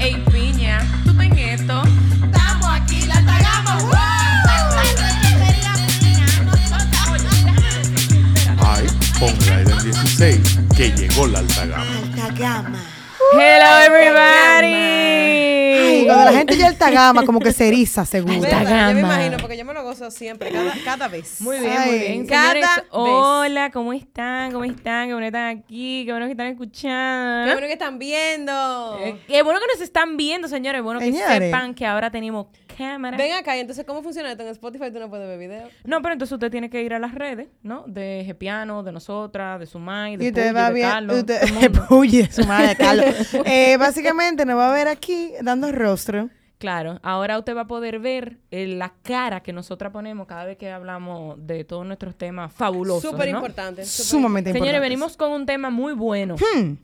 Ey, piña, ¿tú estás en esto? Estamos aquí, la pagamos. Ay, ponga el 16 que llegó la alta gama. Alta gama. Hello, Ay, everybody. cuando la gente ya alta gama, como que se eriza, seguro. Alta Yo me gama. imagino, porque yo me lo gozo siempre, cada, cada vez. Muy bien, muy Ay. bien. Cada Señores, vez. hola, ¿cómo están? ¿Cómo están? Qué bueno que están aquí, qué bueno que están Qué escuchando. bueno que están viendo. Eh, Qué bueno que nos están viendo, señores. Bueno que Señores. sepan que ahora tenemos cámara. Ven acá, y entonces, ¿cómo funciona esto? En Spotify tú no puedes ver video. No, pero entonces usted tiene que ir a las redes, ¿no? De Gepiano, de nosotras, de Sumay, de Y usted Puyi, va de bien. Carlos, usted- todo el mundo. Puye, su madre, Carlos. Eh, básicamente nos va a ver aquí dando rostro. Claro, ahora usted va a poder ver eh, la cara que nosotras ponemos cada vez que hablamos de todos nuestros temas fabulosos. Súper ¿no? importante. súper Sumamente Señores, importante. venimos con un tema muy bueno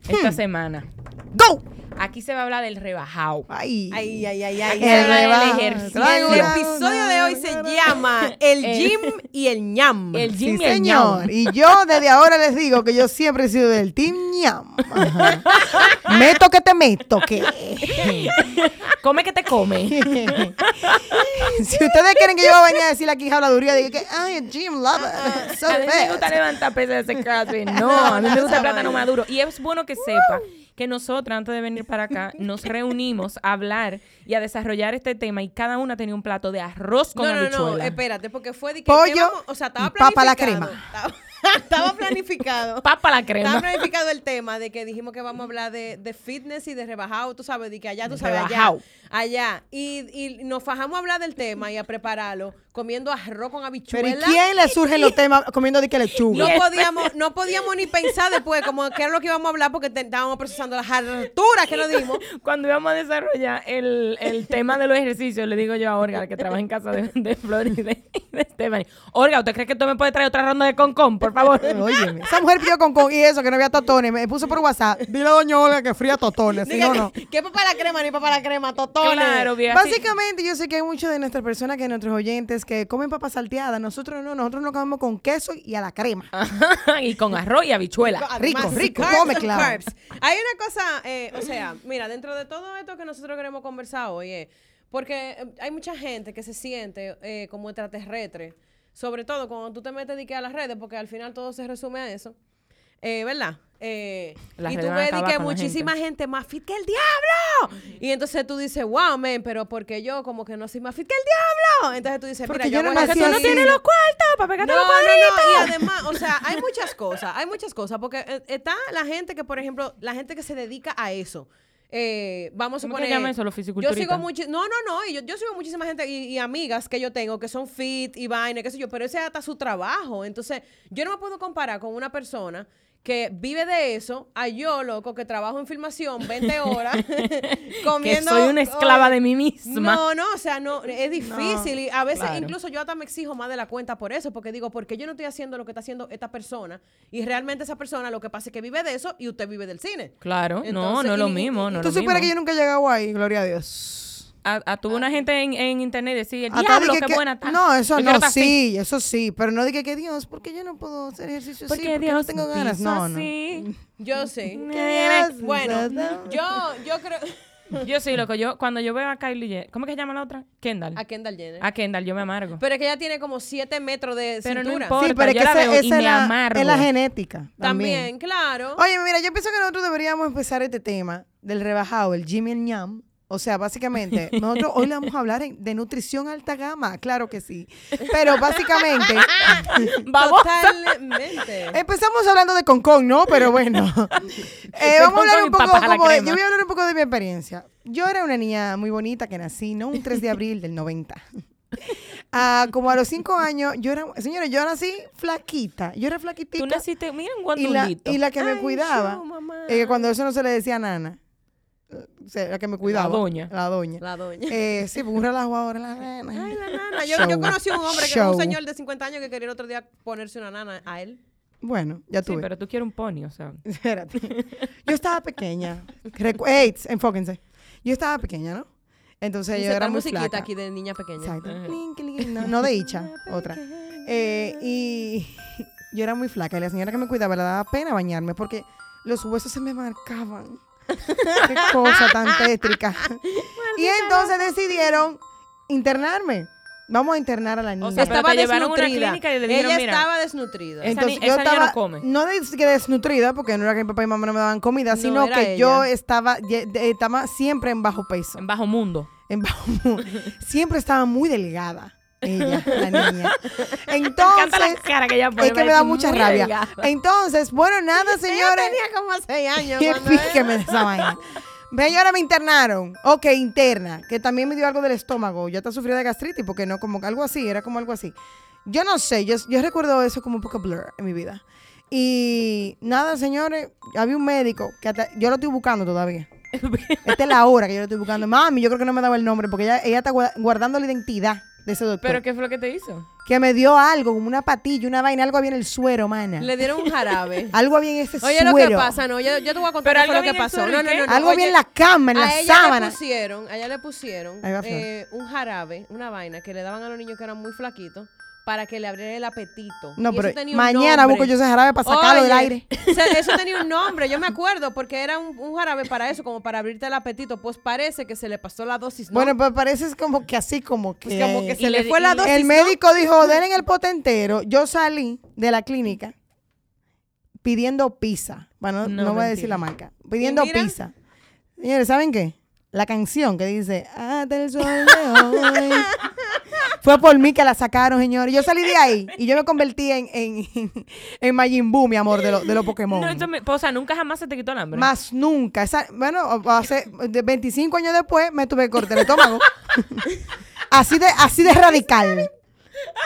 esta semana. ¡Go! Aquí se va a hablar del rebajado. Ay. importante. Ay, ay, ay, ay. Aquí se va a hablar del rebajo. ejercicio. Traigo El una- episodio de hoy se llama El Gym y el ñam. El Sí, gym y el señor. ñam. Y yo desde ahora les digo que yo siempre he sido del team ñam. Ajá. Meto que te meto, que. Come que te come. si ustedes quieren que yo vaya a decir aquí habladuría, digo que, ay, el gym lover, so Ah, a mí me gusta fast. levantar pesas de ese caso. y No, a mí me gusta esa el plátano vaina. maduro. Y es bueno que sepa que nosotras, antes de venir para acá, nos reunimos a hablar y a desarrollar este tema. Y cada una tenía un plato de arroz con No, no, no, habichuela. espérate, porque fue de que. Pollo ¿qué vamos? O sea, y estaba papa a la planificado. Estaba, estaba planificado. Papa la crema. Estaba planificado el tema de que dijimos que vamos a hablar de, de fitness y de rebajado, tú sabes, de que allá, tú sabes, allá, Rebajado. allá. Y, y nos fajamos a hablar del tema y a prepararlo, comiendo arroz con Pero ¿y habichuela. quién le surgen los temas comiendo de que lechuga? No podíamos, no podíamos ni pensar después como qué era lo que íbamos a hablar porque te- estábamos procesando las alturas que nos dimos. Cuando íbamos a desarrollar el, el tema de los ejercicios, le digo yo a Olga, la que trabaja en casa de, de Flor y de, de Stephanie. Olga, ¿usted cree que tú me puedes traer otra ronda de concón, por favor? Oye, esa mujer pidió con con y eso, que no había totones. Me puso por WhatsApp. Dile a Doña Olga que fría totones, si Dije, no, no. ¿qué, qué papá la crema ni papá la crema, totones? claro, vieja. sí. Básicamente, yo sé que hay muchas de nuestras personas, que nuestros oyentes, que comen papas salteadas. Nosotros no, nosotros no comemos con queso y a la crema. Ah, y con arroz y habichuela. Además, Rico, rico, carbs, come, claro. carbs. Hay una cosa, eh, o sea, mira, dentro de todo esto que nosotros queremos conversar hoy, eh, porque eh, hay mucha gente que se siente eh, como extraterrestre, sobre todo cuando tú te metes de que a las redes, porque al final todo se resume a eso, eh, ¿verdad? Eh, Las y redes tú van a ves de acabar que con la muchísima gente. más fit que el diablo. Y entonces tú dices, wow, men, pero porque yo como que no soy más fit que el diablo. Entonces tú dices, Porque mira, yo no voy a nací hacer- así. No tiene los cuartos para pegarte los no, no, no. Y cuadritos. además, o sea, hay muchas cosas, hay muchas cosas, porque eh, está la gente que, por ejemplo, la gente que se dedica a eso. Eh, vamos a ¿Cómo suponer. que llama eso, los yo fisiculturistas? sigo mucho, no, no, no, y yo, yo sigo muchísima gente y, y amigas que yo tengo que son fit y vaina, qué sé yo, pero ese es hasta su trabajo. Entonces, yo no me puedo comparar con una persona que vive de eso a yo, loco, que trabajo en filmación 20 horas comiendo. que soy una esclava Ay, de mí misma. no, no, o sea, no, es difícil y a veces claro. incluso yo hasta me exijo más de la cuenta por eso, porque digo, porque yo no estoy haciendo lo que está haciendo esta persona y realmente esa persona lo que pasa es que vive de eso y usted vive del cine. Claro, no, Entonces, no es lo y- y- mismo, no es Tú lo mismo. supieras que yo nunca he llegado ahí, gloria a Dios. A, a- tuvo una gente en, en internet y decía, el Hasta diablo, dije qué Ah, que- buena está. No, eso Yo quiero no, estar fit". sí, eso sí. Pero no dije que Dios, porque yo no puedo hacer ejercicio así, porque no tengo ganas. hizo No, no. así. Yo sé. ¿Qué Dios? Bueno, yo, yo creo... Yo sí, loco. Yo, cuando yo veo a Kylie Jenner, ¿cómo que se llama la otra? Kendall. A Kendall Jenner. A Kendall, yo me amargo. Pero es que ella tiene como 7 metros de Pero no cintura. importa. Sí, pero es yo que la esa- veo y esa me es la- amargo. es la genética. También, claro. Oye, mira, yo pienso que nosotros deberíamos empezar este tema del rebajado, el Jimmy el ñam. O sea, básicamente, nosotros hoy le vamos a hablar en- de nutrición alta gama, claro que sí. Pero básicamente, Vamos. Totalmente. empezamos hablando de concón, ¿no? Pero bueno, Eh, vamos a concón hablar y un poco, papas a la como de- crema. yo voy a hablar un poco de mi experiencia. Yo era una niña muy bonita que nací, ¿no? Un 3 de abril del 90. a- Ah, como a los cinco años, yo era, señores, yo nací flaquita. Yo era flaquitita. Tú naciste, mira un y la, guandulito. y la que me Ay, cuidaba, yo, mamá. eh, cuando eso no se le decía nana, eh, o sea, la que me cuidaba. doña. La doña. La doña. Eh, sí, pues un relajo ahora, la nana. Ay, la nana. Yo, yo Show. conocí a un hombre que era un Show. señor de 50 años que quería el otro día ponerse una nana a él. Bueno, ya Sí, tuve. pero tú quieres un pony, o sea. Espérate. Yo estaba pequeña. Recu- Ey, tss, enfóquense. Yo estaba pequeña, ¿no? Entonces Y yo era la muy musiquita flaca. aquí de niña pequeña. Exacto. Clink, clink, clink. No, no de Icha, otra. Eh, y yo era muy flaca y la señora que me cuidaba le daba pena bañarme porque los huesos se me marcaban. Qué cosa tan tétrica. y entonces decidieron internarme. Vamos a internar a la niña. O sea, Pero Estaba te llevaron a una desnutrida. clínica y le dijeron, Ella "Mira". estaba desnutrida. Esa ni- esa niña no come. No des- que desnutrida, porque no era que mi papá y mamá no me daban comida, No, sino era que ella. yo estaba, ye- de- estaba siempre en bajo peso. En bajo mundo. En bajo mu- siempre estaba muy delgada ella, la niña. Entonces, cara que ella pone, es que me parece da mucha muy rabia. delgada. Entonces, bueno, nada, señores. como 6 años. Qué cuando era. fíjeme de esa vaina. Ve, y ahora me internaron. Ok, interna. Que también me dio algo del estómago. Ya te sufrió de gastritis porque no, como que algo así, era como algo así. Yo no sé, yo, yo recuerdo eso como un poco blur en mi vida. Y nada, señores, había un médico que hasta- yo lo estoy buscando todavía. Esta es la hora que yo lo estoy buscando. Mami, yo creo que no me daba el nombre porque ella, ella está gua- guardando la identidad de ese doctor. ¿Pero qué fue lo que te hizo? Que me dio algo, como una patilla, una vaina, algo había en el suero, mana. Le dieron un jarabe. Algo había en ese Oye, suero. lo que pasa, no, yo, yo te voy a contar Pero qué fue algo lo que bien pasó. absurdo, No, ¿y no, qué? no, no, Algo había oye, en la cama, en a la ella sábana. Le pusieron, a ella le pusieron Ahí va, Flor. eh, un jarabe, una vaina que le daban a los niños que eran muy flaquitos para que le abrieran el apetito. No, Y eso pero tenía un mañana nombre. busco yo ese jarabe para sacarlo del Oye, aire. o sea, eso tenía un nombre, yo me acuerdo, porque era un, un jarabe para eso, como para abrirte el apetito. Pues parece que se le pasó la dosis. ¿no? Bueno, eh, pues parece es como que así, como que... Pues como que Y se le, le- fue la y- dosis. el ¿no? médico dijo, denle el pote entero. Yo salí de la clínica pidiendo pizza. Bueno, no, No, voy a decir mentira. la marca. Pidiendo Y mira. pizza. Señores, ¿saben qué? La canción que dice, hasta el sol de hoy. Fue por mí que la sacaron, señores. Yo salí de ahí y yo me convertí en, en, en Majin Buu, mi amor, de, lo- de los Pokémon. No, eso me- pues, o sea, nunca jamás se te quitó el hambre. Más nunca. Esa- bueno, hace de 25 años después me tuve que cortar el estómago. así, de, así de radical.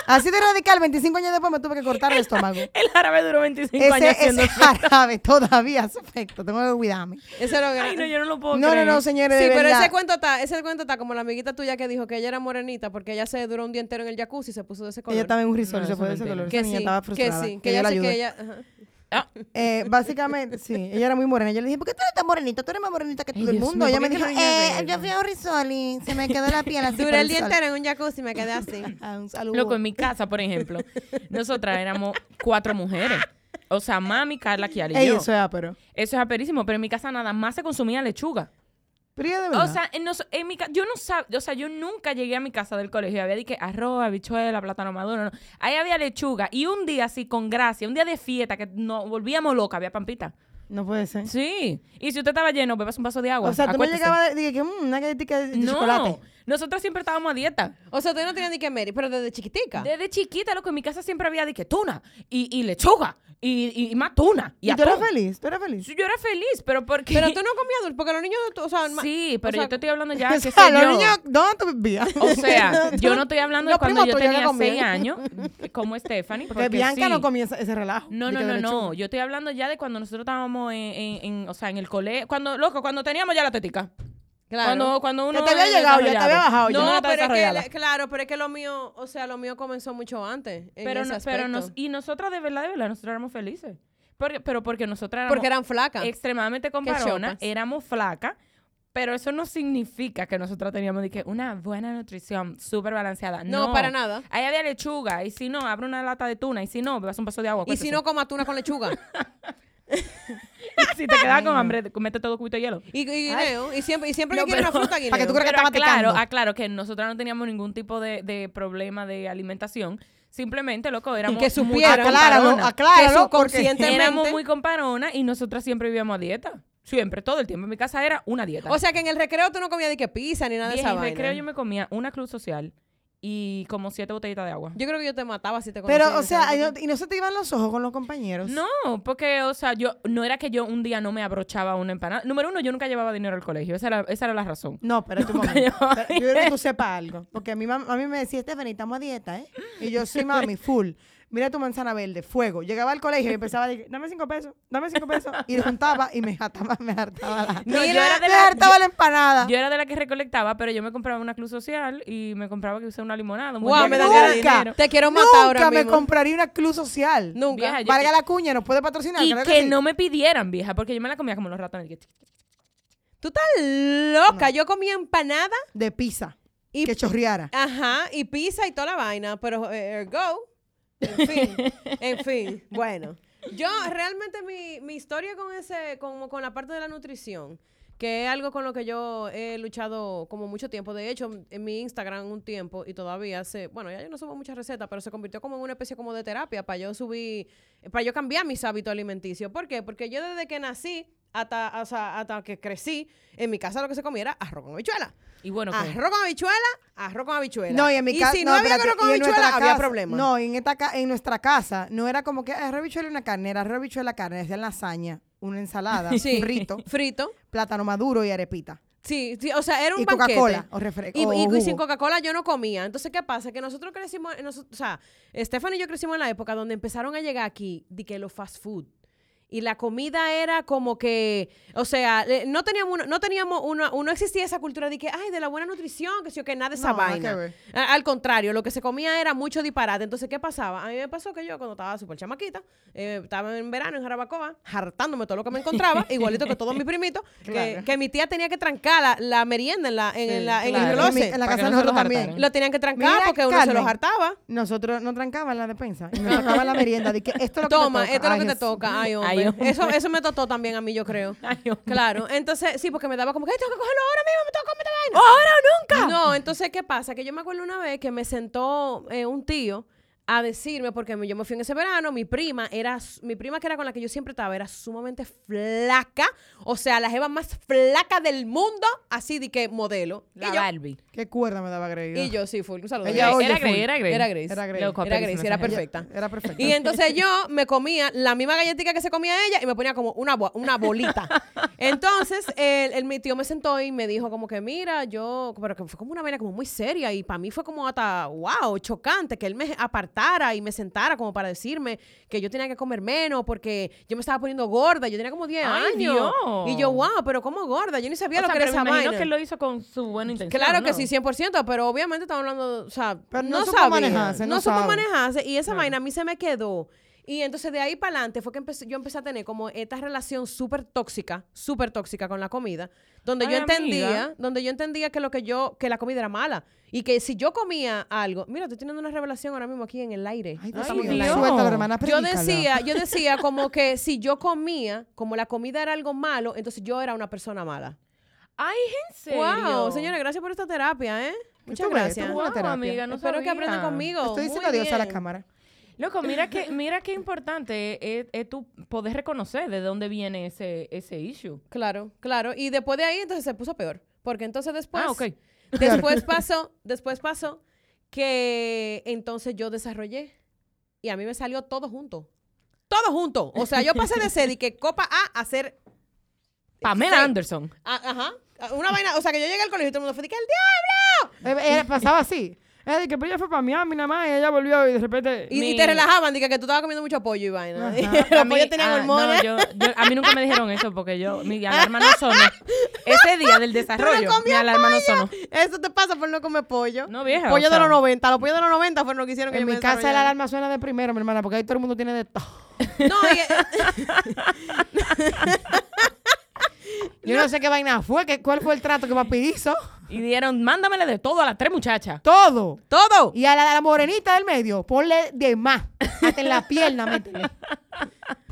Así de radical, 25 años después me tuve que cortar el estómago. El árabe duró 25 Ese, años haciendo ese jarabe todavía hace efecto. Tengo que cuidarme. Eso era Ay, no, yo no lo puedo No, no, creer. no, señores. sí, de pero verdad. ese cuento está, ese cuento está como la amiguita tuya que dijo que ella era morenita porque ella se duró un día entero en el jacuzzi y se puso de ese color. Ella estaba en un resort, No, se eso fue de es ese color. mentira. Esa niña estaba frustrada. que sí, que yo ella la se- que ayudé. ella, ajá. Ah, Eh, básicamente, sí, ella era muy morena. Yo le dije, ¿por qué tú eres tan morenita? Tú eres más morenita que todo el Dios mío, mundo. ella ¿por me qué es dijo, que la niña eh, es yo negra? fui a un resort y se me quedó la piel así. por Duré el día sol". entero en un jacuzzi y me quedé así. Ah, un saludo. loco, en mi casa, por ejemplo, nosotras éramos cuatro mujeres. O sea, mami, Carla, Kiara y Ey, yo. eso es ápero. Eso es aperísimo, pero en mi casa nada más se consumía lechuga. Pero ella de O verdad. sea, en, nos- en mi casa, yo no sabía, o sea, yo nunca llegué a mi casa del colegio. y Había de que arroz, habichuela, plátano maduro, no. Ahí había lechuga. Y un día así, con gracia, un día de fiesta, que nos volvíamos locas, había pampita. No puede ser. Sí. Y si usted estaba lleno, bebas un vaso de agua. O sea, tú me Acuéstese. llegabas y dije que "Mm, una galletita de de No, chocolate. nosotros siempre estábamos a dieta. O sea, todavía no tenía ni que Mary, pero desde chiquitica. Desde chiquita, loco, en mi casa siempre había de que tuna y, y lechuga y, y, y más tuna. Y, ¿Y tú eras atún. feliz? ¿Tú eras feliz? Sí, Yo era feliz, pero porque... Pero tú no comías dulce porque los niños, o sea, ma- Sí, pero o sea, yo te estoy hablando ya, O que sea, sé yo. los niños, ¿dónde tú vivías? O sea, yo no estoy hablando de Los cuando primos yo tuyos tenía no comían. seis años, como Stephanie. Porque Bianca sí. no comía ese, ese relajo. No, de no, que no, de no. lechuga. Yo estoy hablando ya de cuando nosotros estábamos en, en- en- o sea, en el colegio. Cuando, loco, cuando teníamos ya la tetica. claro. Cuando, cuando uno. te había es llegado, ya te desarrollado. había bajado, ya. No, no, no pero es que, desarrollada. le- claro, pero es que lo mío, o sea, lo mío comenzó mucho antes. en Pero, ese no- pero nos, aspecto. y nosotras, de verdad, de verdad, nosotros éramos felices. Porque, pero porque nosotras éramos Porque eran flacas. extremadamente comparonas, chopas. éramos flacas. Pero eso no significa que nosotras teníamos de que una buena nutrición, súper balanceada. No, No, para nada. Ahí había lechuga, y si no, abre una lata de tuna, y si no, bebas un vaso de agua. Y si acuéstese. no, comas tuna con lechuga. si te quedas con hambre, comete todo cubito de hielo. Y, y guineo. Y siempre, y siempre No, que quieres pero- una fruta, guineo. Para que tú creas que estaba claro, maticando. aclaro que nosotros no teníamos ningún tipo de, de problema de alimentación. Simplemente, loco, éramos que muy supieran. Acláralo, comparonas. Que acláralo. Porque... subconsciente- Éramos muy comparonas y nosotras siempre vivíamos a dieta. Siempre, todo el tiempo. En mi casa era una dieta. O sea, que en el recreo tú no comías de que pizza ni nada de Vieja, esa en vaina. recreo yo me comía una cruz social y como siete botellitas de agua. Yo creo que yo te mataba si te conocía en Pero, o ese sea, ¿y no, momento. y no se te iban los ojos con los compañeros? No, porque, o sea, yo no era que yo un día no me abrochaba una empanada. Número uno, yo nunca llevaba dinero al colegio. Esa era, esa era la razón. No, pero tú, Nunca mami, yo llevaba creo que tú sepas algo. Porque a mí, mam- a mí me decía, Stephanie, estamos a dieta, ¿eh? Y yo, sí, mami, full. Mira tu manzana verde, fuego. Llegaba al colegio y empezaba a decir, dame cinco pesos, dame cinco pesos. Y juntaba y me hartaba, me hartaba la, No, yo era de me la- hartaba yo- la Ah. empanada. Yo era de la que recolectaba, pero yo me compraba una club social y me compraba que usé una limonada. un buen Guau, día me que dan tenía ganas de dinero. dinero. Te quiero matar ahora Nunca me mismo. compraría una club social. Nunca. Vieja, yo- Valga la cuña, nos puede patrocinar. Y claro que sí. no me pidieran, vieja, porque yo me la comía como los ratones. Tú estás loca. Yo comía empanada De pizza, y que chorreara. Ajá, y pizza y toda la vaina, pero eh, ergo, en fin, en fin, bueno. Yo realmente mi, mi historia con ese, como con la parte de la nutrición, que es algo con lo que yo he luchado como mucho tiempo. De hecho, en mi Instagram un tiempo y todavía se, bueno, ya yo no subo muchas recetas, pero se convirtió como en una especie como de terapia para yo subir, para yo cambiar mis hábitos alimenticios. ¿Por qué? Porque yo desde que nací hasta, o sea, hasta que crecí, en mi casa lo que se comía era arroz con habichuela. Y bueno, pues, ¿qué? Arroz con habichuela, arroz con habichuela. No, y en mi casa. si no, había arroz con habichuela, había problemas. No, y en, esta ca- en nuestra casa no era como que "Ah, arroz habichuela y una carne, era arroz habichuela carne, hacían lasaña, una ensalada, Sí. un rito, Frito. plátano maduro y arepita. Sí, sí, o sea, era un Y banquete. Coca-Cola, o refre- Y, o y- y jugo. sin Coca-Cola yo no comía. Entonces, ¿qué pasa? Que nosotros crecimos, nosotros, o sea, Stephanie y yo crecimos en la época donde empezaron a llegar aquí de que los fast food. Y la comida era como que, o sea, eh, no teníamos, una- no teníamos una, no existía esa cultura de que, ay, de la buena nutrición, que sí o que nada de esa No, nada vaina. que ver. A- Al contrario, lo que se comía era mucho disparate. Entonces, ¿qué pasaba? A mí me pasó que yo, cuando estaba súper chamaquita, eh, estaba en verano en Jarabacoa, hartándome todo lo que me encontraba, igualito que todos mis primitos, que- que, Claro. mi tía tenía que trancar la, la merienda en, la, en, en la- en claro. el En mi- closet. en la para que casa de no se nosotros lo también. hartaran. Lo tenían que trancar Mira, porque uno se Carmen. los hartaba. Nosotros no trancaban la despensa, y nos sacaban la merienda. De que esto es lo que Toma, te toca. esto es lo Ay, que te Jesús. toca. Ay, hombre. Ay, hombre. Eso, eso me totó también a mí, yo creo. Ay, hombre. Claro. Entonces, sí, porque me daba como que "Ay, tengo que cogerlo ahora mismo, me tengo que comer esta vaina. ¡Ahora o nunca! No, entonces, ¿qué pasa? Que yo me acuerdo una vez que me sentó eh, un tío a decirme, porque me- yo me fui en ese verano, mi prima era, su- mi prima que era con la que yo siempre estaba, era sumamente flaca, o sea, la jeva más flaca del mundo, así de que modelo. La y, yo, Barbie. Qué cuerda me daba Grey. y yo, sí, fue un saludo. Eh, Ella Era- oye era full. Grey, era Grey. Era Grace. Era Grey. Loco, Era Grace, aperísima era esa gente. perfecta. Era perfecta. Y entonces yo me comía la misma galletita que se comía ella y me ponía como una, bo- una bolita. Entonces, el, el- mi tío me sentó y me dijo como que, mira, yo, pero que fue como una vaina como muy seria y para mí fue como hasta, wow, chocante que él me apartara y me sentara como para decirme que yo tenía que comer menos porque yo me estaba poniendo gorda, yo tenía como 10 ¡Ay, años. Dios! Y yo, wow, pero como gorda, yo ni sabía O lo sea, que pero era esa me imagino vaina. que lo hizo con su buena intención. Claro que ¿no? sí, 100%, pero obviamente estamos hablando, o sea, Pero no no, supo sabía, manejarse, no, no supo sabe. manejarse y esa vaina a mí se me quedó. Y entonces de ahí para adelante fue que empecé- yo empecé a tener como esta relación súper tóxica, súper tóxica con la comida, donde Ay, yo entendía, amiga. donde yo entendía que lo que yo, que la comida era mala y que si yo comía algo, mira, estoy teniendo una revelación ahora mismo aquí en el aire. Ay, Dios Ay, mío. Dios. Suéltalo, hermana. Yo predícala. decía, yo decía como que si yo comía, como la comida era algo malo, entonces yo era una persona mala. Ay, en serio. Wow, señores, gracias por esta terapia, ¿eh? Muchas Tú ves, gracias. tú Wow, Una terapia. amiga, no Espero que sabía. aprendan conmigo. Estoy "Oh, Muy diciendo adiós a la bien. cámara. Loco, mira que, mira qué importante es, es tú poder reconocer de dónde viene ese, ese issue. Claro, claro. Y después de ahí, entonces se puso peor. Porque entonces después. Ah, ok. Después pasó, después pasó que entonces yo desarrollé. Y a mí me salió todo junto. Todo junto. O sea, yo pasé de ser y que copa A a ser. Pamela Sí. Anderson. a- ajá. a Una vaina. O sea, que yo llegué al colegio y todo el mundo fue de que el diablo. Eh, eh, pasaba así. Era de que pero ella fue para Miami nada más y ella volvió y de repente... Y, y Mi- te relajaban, dije que tú estabas comiendo mucho pollo y vaina. Ajá. Los A mí- pollos tenían ah, hormonas. no, yo- yo- a mí nunca me dijeron eso porque yo, mi alarma no sonó. Ese día del desarrollo, mi comías alarma no pollo. sonó. Eso te pasa por no comer pollo. No, vieja, Pollo o sea. de los 90. Los pollos de los 90 fueron los que hicieron que En yo me mi casa la desarrollara. alarma suena de primero, mi hermana, porque ahí todo el mundo tiene de todo. No, y- eh, Yo no, sé qué vaina fue, que, cuál fue el trato que papi hizo. Y dijeron, mándamele de todo a las tres muchachas. Todo. todo. Y a la, a la morenita del medio, ponle de más. Hasta en la pierna, métele.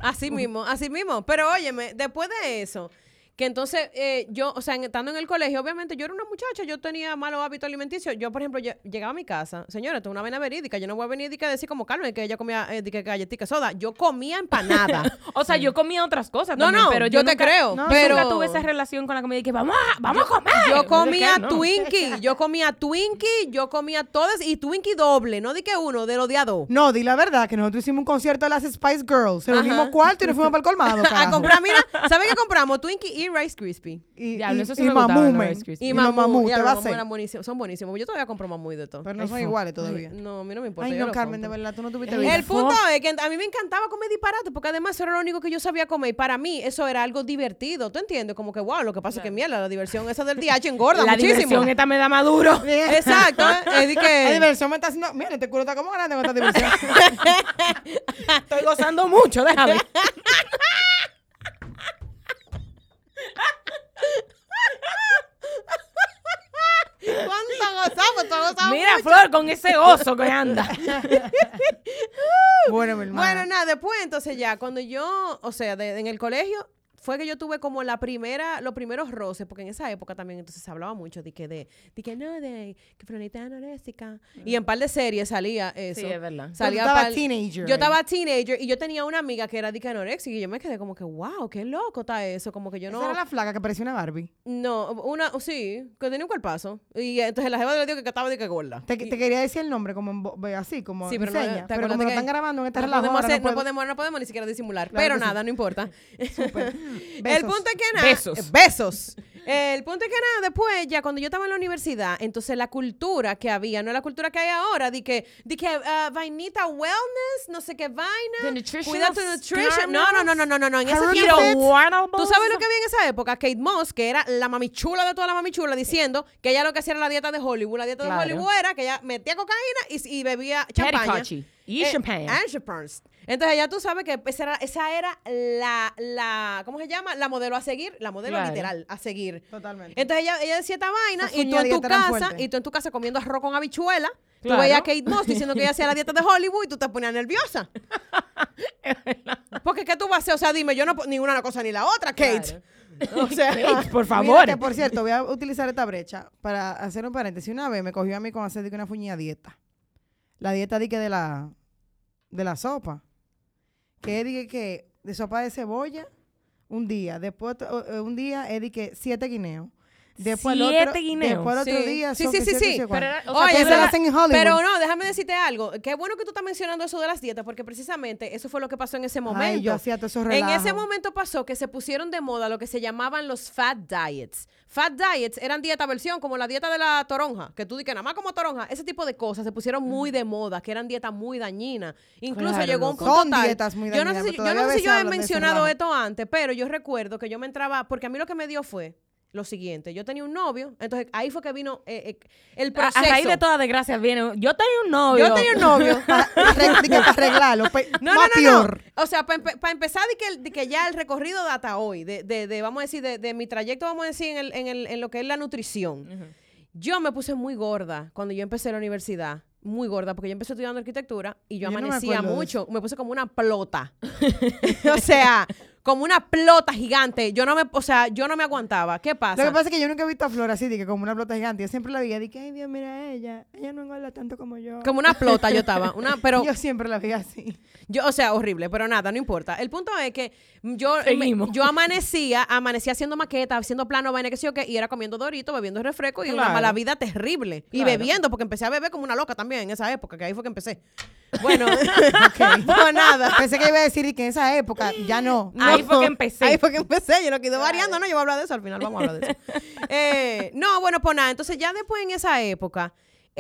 Así mismo, así mismo. Pero óyeme, después de eso, Que entonces eh, yo, o sea, en- estando en el colegio, obviamente yo era una muchacha, yo tenía malos hábitos alimenticios. Yo, por ejemplo, lle- llegaba a mi casa, señora, esto es una vaina verídica, yo no voy a venir di que a decir como Carmen que ella comía eh, di que galletica soda. Yo comía empanada. O sea, yo comía otras cosas. No, también, no, pero yo, te nunca- creo. No, pero Nunca tuve esa relación con la comida y que vamos a, vamos a comer. yo comía No sé qué, no. Twinkie, yo comía Twinkie, yo comía todas y Twinkie doble, no di que uno, de los de a dos. No, di la verdad, que nosotros hicimos un concierto de las Spice Girls. Se reunimos cuarto y nos fuimos para el colmado. A carajo. comprar, Ah, mira, ¿sabes qué compramos? Twinkie y Rice Krispie. Y, Diablo, y- eso sí y me gustaban los mamumen. Rice Krispies. Y Y los mamú, ya te los va a mamú hacer. eran buenísimos, son buenísimos. Yo todavía compro mamú y de todo. Pero no son iguales todavía. No, a mí no me importa. Ay, yo no, lo Carmen, de compro. verdad, tú no tuviste Ay, vida. Mira, El fo- punto es que a mí me encantaba comer disparate porque además eso era lo único que yo sabía comer y para mí eso era algo divertido, ¿tú entiendes? Como que wow, lo que pasa es que mierda, la diversión esa del DH engorda La muchísimo. diversión esta me da maduro. Exacto, ¿eh? es de La que diversión me está haciendo. Mira, este culo está como grande con esta diversión. Estoy gozando mucho, déjame. cuánto gozamos, todos gozamos. Mira, Flor, con ese oso que anda. bueno, mi hermano. Bueno, nada, después entonces ya, cuando yo, o sea, de- en el colegio, fue que yo tuve como la primera, los primeros roces, porque en esa época también entonces se hablaba mucho de que de, de que no, de que fulanita es anoréxica. Y en par de series salía eso. Sí, es verdad. Salía Tú estabas par- teenager Yo ahí. estaba teenager y yo tenía una amiga que era de que anoréxica y yo me quedé como que, wow, qué loco está eso, como que yo Esa no... era la flaca que parecía una Barbie. No, una, sí, que tenía un cuerpazo. Y entonces la jeva le dijo que estaba de que gorda. Te, te quería decir el nombre como en bo- ve así, como Sí, pero pero no, enseña. ¿te pero acuerdas como lo que están grabando en esta no relajada, podemos, hacer- no no, puedo- podemos, no podemos ni siquiera disimular. Claro pero que sí. nada, no importa. el Besos. punto es que nada. Besos. eh, Besos. El punto es que nada, después, ya cuando yo estaba en la universidad, entonces la cultura que había, no la cultura que hay ahora, de que, di que ah, vainita wellness, no sé qué vaina. The nutritional Cuida tu nutrition. No, no, no, no, no, no, no. En ese Harold tiempo. Fitz. ¿Tú sabes lo que había en esa época? Kate Moss, que era la mamichula de toda la mamichula, diciendo que ella lo que hacía era la dieta de Hollywood. La dieta Claro. de Hollywood era que ella metía cocaína y, y bebía champaña. Eh, Petticochi. Y champagne. and champagne. Entonces ya tú sabes que esa era, esa era la, la, ¿cómo se llama? La modelo a seguir, la modelo Claro. literal a seguir. Totalmente. Entonces ella, ella decía esta vaina Esas y tú en uñas tu dietas eran casa, fuertes. y tú en tu casa comiendo arroz con habichuela. Claro. Tú veías a Kate Moss diciendo que ella hacía la dieta de Hollywood y tú te ponías nerviosa. Porque ¿qué tú vas a hacer? O sea, dime, yo no po- ni una cosa ni la otra, Kate. O sea, Por Mira favor. que, por cierto, voy a utilizar esta brecha para hacer un paréntesis. Una vez me cogió a mí con hacer de que una fuñida dieta. La dieta de que de la, de la sopa. Que es de que- que de sopa de cebolla un día. Después otro- eh, un día es de que siete guineos. Después el Siete otro, guineos. Después el otro Sí. día Sí, son sí, que sí, siete, sí. no sé Pero cuánto. era- o sea, Oye, tú eso era- lo hacen en Hollywood. Pero no, déjame decirte algo. Qué bueno que tú estás mencionando eso de las dietas, porque precisamente eso fue lo que pasó en ese momento. yo hacía todos esos en ese relajos. momento pasó que se pusieron de moda lo que se llamaban los fat diets. Fat diets eran dieta versión como la dieta de la toronja, que tú dices nada más como toronja. Ese tipo de cosas se pusieron Mm. muy de moda, que eran dietas muy dañinas. Incluso Claro, llegó a un loco. punto Son tal- dietas muy Yo no dañinas, sé si pero yo, no todavía a sé si veces yo he hablan de ese mencionado relajo. esto antes, pero yo recuerdo que yo me entraba, porque a mí lo que me dio fue lo siguiente, yo tenía un novio, entonces ahí fue que vino eh, eh, el A, proceso. a raíz de toda desgracia viene. Yo tenía un novio. Yo tenía un novio. Para arreg- de que para arreglarlo. pe- No, no, más no, no. peor. O sea, para empezar, de que, de que ya el recorrido de hasta hoy, de, de- de, vamos a decir, de, de mi trayecto, vamos a decir, en, el- en el- en lo que es la nutrición. Yo me puse muy gorda cuando yo empecé la universidad. Muy gorda, porque yo empecé estudiando arquitectura y Yo yo, no me amanecía acuerdo de mucho. Me puse como una plota. o sea, como una plota gigante. Yo no me, o sea, yo no me aguantaba. ¿Qué pasa? Lo que pasa es que yo nunca he visto a Flor así, de que como una plota gigante. Yo siempre la veía, de que, ay Dios, mira ella. Ella no engorda tanto como yo. Como una plota yo estaba. Una, pero Yo siempre la veía así. Yo, o sea, horrible, pero nada, no importa. El punto es que yo, me- Seguimos. yo amanecía, amanecía haciendo maquetas, haciendo plano, vaina, que sé yo qué, y era comiendo dorito, bebiendo refresco y una Claro. mala vida terrible. Y Claro. bebiendo, porque empecé a beber como una loca también en esa época, que ahí fue que empecé. Bueno, no, nada. Pensé que iba a decir y que en esa época ya no. Ahí fue que empecé. Ahí fue que empecé, yo lo quedo variando, ¿no? Yo voy a hablar de eso al final, vamos a hablar de eso. Eh, no, bueno, pues nada, entonces ya después en esa época,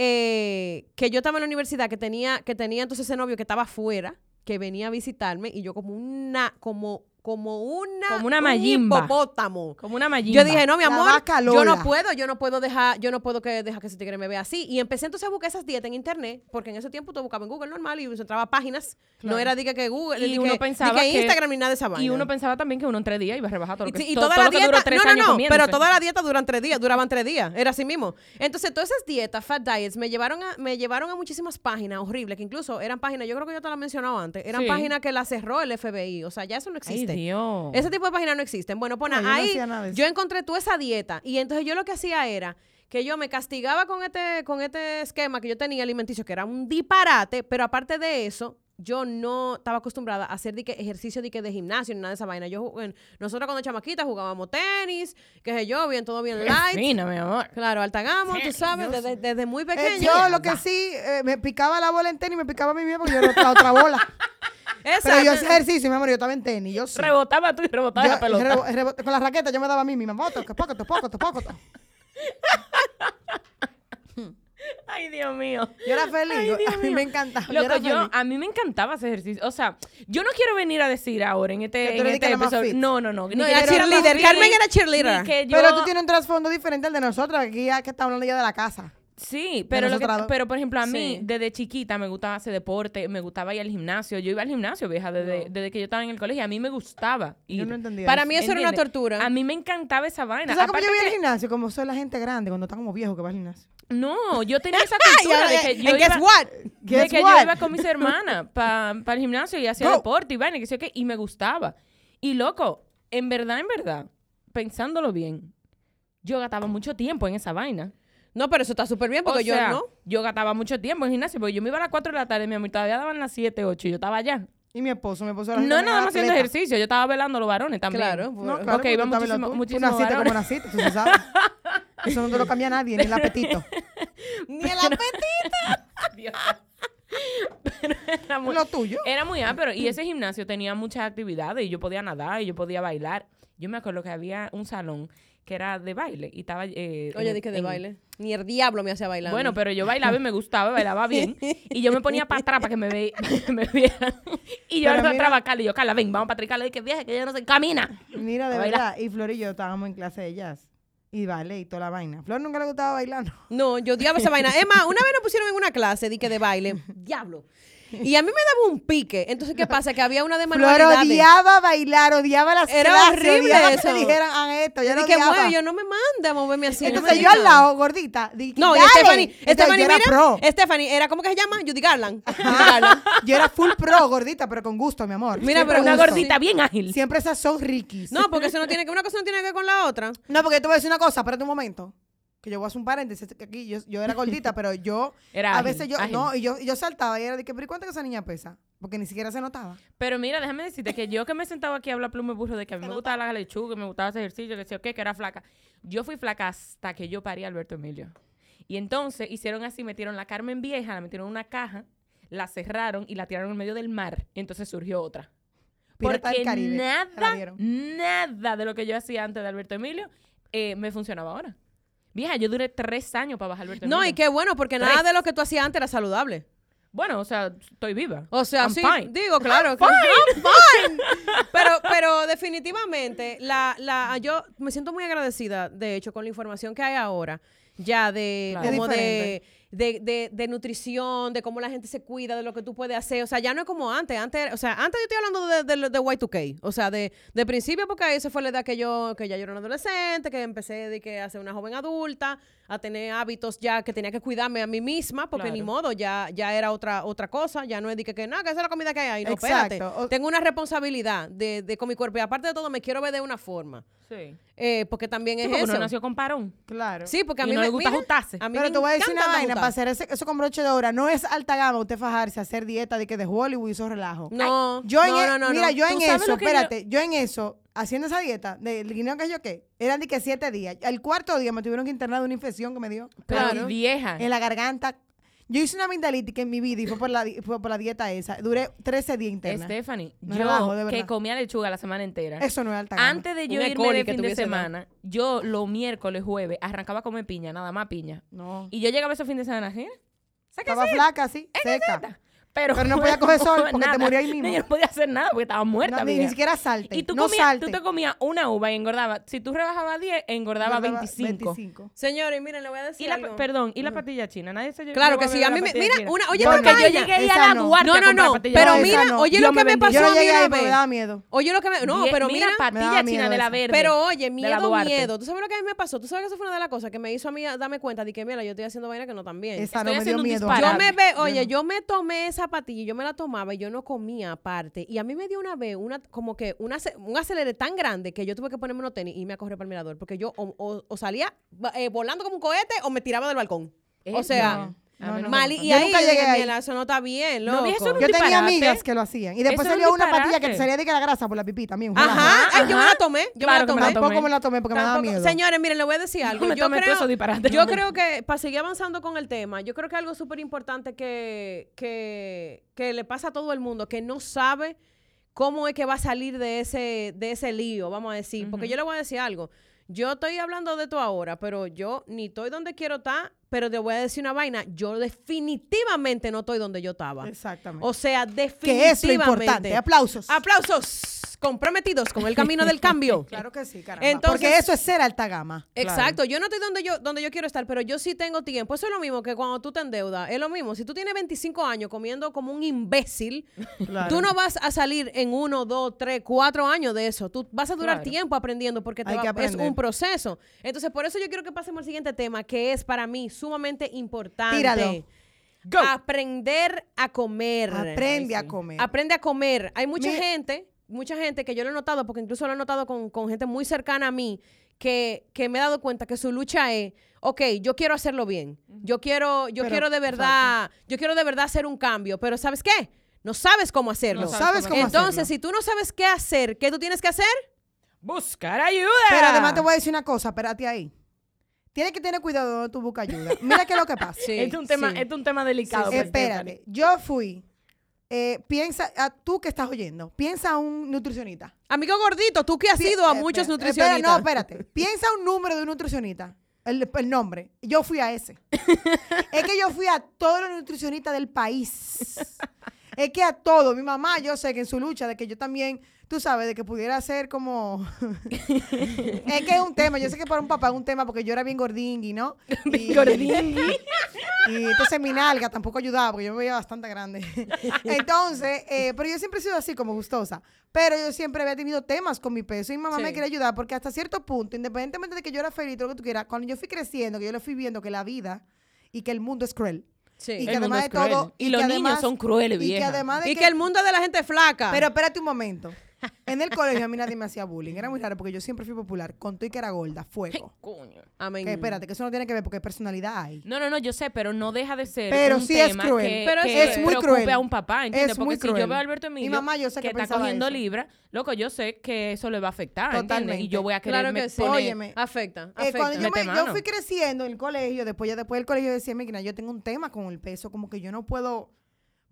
eh, que yo estaba en la universidad, que tenía, que tenía entonces ese novio que estaba afuera, que venía a visitarme, y yo como una, como, como una, Como una un mayimba. hipopótamo. Como una Yo mallita. dije, no, mi La amor, vaca yo Lola. no puedo, yo no puedo dejar, yo no puedo que dejar que ese tigre me vea así. Y empecé entonces a buscar esas dietas en internet, porque en ese tiempo tú buscabas en Google normal y entraba páginas. No era diga que Google, Y di uno que, pensaba di que que- Instagram ni nada de esa vaina. Y uno pensaba también que uno en tres días iba a rebajar todo lo Y, que sí, y todo- toda todo la lo que duró dieta, tres no, no, años pues. no, comiéndose. pero toda la dieta duran tres días, duraban tres días, era así mismo. Entonces, todas esas dietas, fat diets, me llevaron a, me llevaron a muchísimas páginas horribles, que incluso eran páginas, yo creo que yo te las he mencionado antes, eran Sí. páginas que las cerró el FBI, o sea, ya eso no Ay, existe. existe. Dios. Ese tipo de páginas no existen. Bueno, pues No, nada, yo no ahí hacía nada de eso. yo encontré toda esa dieta y entonces yo lo que hacía era que yo me castigaba con este con este esquema que yo tenía alimenticio que era un disparate, pero aparte de eso yo no estaba acostumbrada a hacer de que ejercicio de, que de gimnasio ni nada de esa vaina. Yo ju- en- nosotros cuando chamaquitas jugábamos tenis, qué sé yo, bien todo Pues bien light. Fina, mi amor. Claro, alta gama, tú sabes, desde, desde muy pequeña. Eh, yo lo que sí, eh, me picaba la bola en tenis, me picaba a mí misma porque yo era la otra bola. Pero yo hacía ejercicio, mi amor, yo estaba en tenis, yo sí. Rebotaba tú y rebotaba Yo- la pelota. rebo- rebo- con la raqueta yo me daba a mí misma, moto, que poco, to, poco, to, poco. to. Ay, Dios mío. Yo era feliz, Ay, yo- Dios a mí mío. me encantaba, yo Loco, era yo, feliz. a mí me encantaba ese ejercicio. O sea, yo no quiero venir a decir ahora en Que tú este, en eres de este que la más episodio. fit. No, no, no. ni No, que era yo la más cheerleader. fit, Carmen era cheerleader. ni que yo- Pero tú tienes un trasfondo diferente al de nosotros, que aquí ya que está hablando ya de la casa. Sí, pero, lo que- nosotras dos. pero por ejemplo, a mí Sí. desde chiquita me gustaba hacer deporte, me gustaba ir al gimnasio. Yo iba al gimnasio, vieja, desde, desde que yo estaba en el colegio. A mí me gustaba. Ir. Yo no entendía. Para mí eso era una ¿Entiendes? tortura. A mí me encantaba esa vaina. ¿Tú sabes cómo yo Aparte voy al que- gimnasio? Como soy la gente grande, cuando está como viejo que va al gimnasio. No, yo tenía esa cultura de que yo And guess iba... what? de Guess que yo what? iba con mis hermanas para el gimnasio y hacía Go. deporte y vaina, que sé yo qué, y me gustaba. Y loco, en verdad, en verdad, pensándolo bien, yo gastaba mucho tiempo en esa vaina. No, pero eso está súper bien o porque sea, yo no. yo gastaba mucho tiempo en gimnasio, porque yo me iba a las 4 de la tarde, mi amor, todavía daban las 7, 8 y yo estaba allá. Y mi esposo, mi esposo era No era nada más haciendo atleta. ejercicio, yo estaba velando a los varones también. Claro. pues, No, claro, Porque porque iba tú estás muchísimo- velando tú. muchísimo Tú naciste como varón. naciste, tú se sabe. Eso no te lo cambia nadie, ni el apetito. Ni el apetito. Era muy, Lo tuyo. Era muy ápero. Y ese gimnasio tenía muchas actividades. Y yo podía nadar y yo podía bailar. Yo me acuerdo que había un salón que era de baile. Y estaba. eh, Oye, en- dije de en- baile. Ni el diablo me hacía bailar. Bueno, pero yo bailaba y me gustaba, bailaba bien. Y yo me ponía para atrás para que me, ve, me vieran. Y yo Pero entraba mira- atrás a Carla y yo, Carla, ven, vamos para atrás. Y Carla, dije, vieja, que yo no sé, camina. Mira, de A bailar. verdad. Y Flor y yo estábamos en clase de jazz. Y vale, y toda la vaina. Flor nunca le gustaba bailar. ¿no? No, yo odiaba esa vaina. Es más, una vez nos pusieron en una clase dije de baile. Diablo. Y a mí me daba un pique. Entonces, ¿qué pasa? Que había una de Flor manualidades. odiaba bailar, odiaba las Era clases. horrible odiaba que eso. le dijeran "Haz esto. Y Ya lo dije, odiaba. bueno, yo no me manda a moverme así. no Entonces me yo al manda. lado, gordita. Dije, No, y "Dale". Stephanie, Entonces, Stephanie, yo era mira, pro. Ah, Stephanie, era, ¿cómo que se llama? Judy Garland. Ajá. yo era full pro, gordita, pero con gusto, mi amor. Mira, Siempre pero Una gusto. gordita bien ágil. Siempre esas son riquis. No, porque eso no tiene que, una cosa no tiene que ver con la otra. No, porque yo te voy a decir una cosa, espérate un momento. Que yo voy a hacer un paréntesis. que Aquí yo, yo era gordita, pero yo. Era a ágil, veces yo. ágil. No, y yo, y yo saltaba y era de que, pero ¿y cuánto que esa niña pesa? Porque ni siquiera se notaba. Pero mira, déjame decirte que yo que me sentaba aquí a hablar plume burro de que a mí me gustaba la lechuga, que me gustaba ese ejercicio, que sé yo qué, que era flaca. Yo fui flaca hasta que yo parí a Alberto Emilio. Y entonces hicieron así, metieron la Carmen vieja, la metieron en una caja, la cerraron y la tiraron en medio del mar. Y entonces surgió otra. Pirata del Porque Caribe, se la nada, dieron. nada de lo que yo hacía antes de Alberto Emilio eh, me funcionaba ahora. Vieja, yo duré tres años para bajar Alberto No, Emilio. y qué bueno, porque nada de lo que tú hacías antes era saludable. Bueno, o sea, estoy viva. O sea, I'm sí, fine. digo, claro. que- I'm fine. Pero, pero definitivamente, la, la, yo me siento muy agradecida, de hecho, con la información que hay ahora, ya de Claro. como Es de, diferente. de, de- de nutrición, de cómo la gente se cuida, de lo que tú puedes hacer. O sea, ya no es como antes. Antes, o sea, antes yo estoy hablando de, de, lo- de Y2K. O sea, de, de principio, porque esa fue la edad que yo, que ya yo era una adolescente, que empecé de que a ser una joven adulta, a tener hábitos ya que tenía que cuidarme a mí misma, porque ni Claro. modo, ya, ya era otra, otra cosa, ya no es de que, que nada, que esa es la comida que hay ahí. No, Exacto. espérate. O- Tengo una responsabilidad de, de con mi cuerpo. Y aparte de todo, me quiero ver de una forma. Sí. Eh, porque también Sí, es porque eso. uno nació con parón. Claro. Sí, porque a Y mí no me le gusta mira, ajustarse. A mí Pero me te voy a decir encanta una vaina, ajustar. para hacer ese- eso con broche de hora, no es alta gama usted fajarse, hacer dieta de que de Hollywood y esos relajos. No, yo en no, e- no, no, Mira, no. yo ¿Tú en sabes eso, lo que yo- espérate, yo... en eso, haciendo esa dieta, del guineo que yo qué, eran de que siete días. El cuarto día me tuvieron que internar de una infección que me dio Pero Claro. vieja. en la garganta. Yo hice una amigdalitis que en mi vida y fue por la, di- fue por la dieta esa. Duré 13 días interna. Stephanie, Me yo relajo, de que verdad. comía lechuga la semana entera. Eso no es alta gama. Antes de yo Una irme coli de que fin de tuviese dado. semana, yo los miércoles, jueves, arrancaba a comer piña, nada más piña. No. Y yo llegaba ese fin de semana, ¿sí? ¿Sabes qué Estaba sí? flaca, sí, seca. Neta. Pero, Pero no podía coger sol porque te nada. moría ahí mismo. Yo no podía hacer nada porque estaba muerta. No, ni, vieja. ni siquiera salte. Y tú, no comías, salte. tú te comías una uva y engordaba. Si tú rebajabas 10, engordaba Engordaba 25. 25. Señores, miren, le voy a decir Y la, algo. perdón, y la patilla china. Nadie se Claro llegó que a sí, beber a la mí me- patilla mira, china. una- oye, Yo Porque no, yo esa llegué ahí a la no. Duarte No, a no, comprar no, patilla pero china. esa mira, no. oye Dios lo que me me bendiga. pasó Yo no a mí llegué ahí una porque me vez. daba miedo. Oye lo que me, no, Die- pero mira, mira, patilla miedo china de esa. la verde. Pero oye, de la miedo, Duarte. miedo. ¿Tú sabes lo que a mí me pasó? ¿Tú sabes que eso fue una de las cosas que me hizo a mí darme cuenta de que, mira, yo estoy haciendo vaina que no tan bien? Esa Estoy no me haciendo un dio miedo. disparate. Yo Parada. me ve, oye, yo me tomé esa esa patilla y yo me la tomaba y yo no comía aparte. Y a mí me dio una vez una, como que una, ace- un aceleré tan grande que yo tuve que ponerme unos tenis y me correr para el mirador. Porque yo o, o- o salía eh, volando como un cohete o me tiraba del balcón. Eh, o sea, no, no, no, mal- no, y no. Yo ahí nunca yo dije, llegué ahí. "Mierda, eso no está bien, No, loco. vi eso en un Yo disparate. tenía amigas que lo hacían. Y después Eso es un salió una patilla disparate. que salía de que la grasa por la pipita. Mía, un relajo. Ajá, ay, yo me la Ajá. tomé, yo Claro me la que me tomé. la tomé. Tampoco me la tomé porque me Tampoco- da miedo. Señores, miren, les voy a decir algo. me yo, tomé todo eso creo, disparate. yo creo que, para seguir avanzando con el tema, yo creo que algo súper importante que, que, que le pasa a todo el mundo, que no sabe cómo es que va a salir de ese, de ese lío, vamos a decir. Porque yo le voy a decir algo. Yo estoy hablando de esto ahora, pero yo ni estoy donde quiero estar, pero te voy a decir una vaina. Yo definitivamente no estoy donde yo estaba. Exactamente. O sea, definitivamente. que es lo importante. Aplausos. Aplausos comprometidos con el camino del cambio. Claro que sí, caramba. Entonces- porque eso es ser alta gama. Exacto, yo no estoy donde yo donde yo quiero estar, pero yo sí tengo tiempo. Eso es lo mismo que cuando tú te endeudas. Es lo mismo, si tú tienes 25 años comiendo como un imbécil, tú no vas a salir en uno, dos, tres, cuatro años de eso. Tú vas a durar Claro. tiempo aprendiendo porque te Hay va- que es aprender. un proceso. Entonces, por eso yo quiero que pasemos al siguiente tema, que es para mí sumamente importante. Tíralo. Aprender a comer. Aprende a comer. Aprende a comer. Hay mucha Mi- gente, mucha gente que yo lo he notado, porque incluso lo he notado con, con gente muy cercana a mí, que, que me he dado cuenta que su lucha es, ok, yo quiero hacerlo bien. Yo quiero, yo Pero- quiero de verdad, yo quiero de verdad hacer un cambio. Pero ¿sabes qué? No sabes cómo hacerlo. No sabes cómo Entonces, hacerlo. si tú no sabes qué hacer, ¿qué tú tienes que hacer? Buscar ayuda. Pero además te voy a decir una cosa, espérate ahí. Tienes que tener cuidado donde tú buscas ayuda. Mira qué es lo que pasa. Sí, Este es un tema, sí. este es un tema delicado. pues, Stephanie. Espérate, yo fui. eh, piensa, a tú que estás oyendo, piensa a un nutricionista. Amigo gordito, tú que has ido a Eh, muchos espera, nutricionistas. espera, no, espérate. Piensa un número de un nutricionista. El, el nombre. Yo fui a ese. es que yo fui a todos los nutricionistas del país. Es que a todos. Mi mamá, yo sé que en su lucha de que yo también, tú sabes, de que pudiera ser como. es que es un tema. Yo sé que para un papá es un tema porque yo era bien gordingui, ¿no? Y- Gordingui. y entonces mi nalga tampoco ayudaba porque yo me veía bastante grande. Entonces, eh, pero yo siempre he sido así, como gustosa. Pero yo siempre había tenido temas con mi peso y mi mamá Sí. me quería ayudar porque hasta cierto punto, independientemente de que yo era feliz, todo lo que tú quieras, cuando yo fui creciendo, que yo le fui viendo que la vida y que el mundo es cruel. Sí. Y que El mundo además es de todo. cruel. Y los que niños son crueles, Y que vieja. además de Y que el mundo es de la gente flaca. Pero espérate un momento. En el colegio a mí nadie me hacía bullying. Era muy raro porque yo siempre fui popular. Con todo y que era gorda, fuego. Coño. Amén. Que espérate, que eso no tiene que ver porque personalidad hay. No, no, no, yo sé, pero no deja de ser. Pero un sí es tema cruel. Que, Pero que es muy preocupe cruel. a un papá, ¿entiendes? Es Porque muy si cruel. yo veo a Alberto Emilio Mi mamá, yo sé que está pensaba cogiendo eso. libras, loco, yo sé que eso le va a afectar, ¿entiendes? Y Totalmente. yo voy a querer Claro que sí. poner... Óyeme. Afecta, Eh, afecta. cuando yo, Mete me- yo mano. fui creciendo en el colegio, después ya después del colegio decía, mira, yo tengo un tema con el peso, como que yo no puedo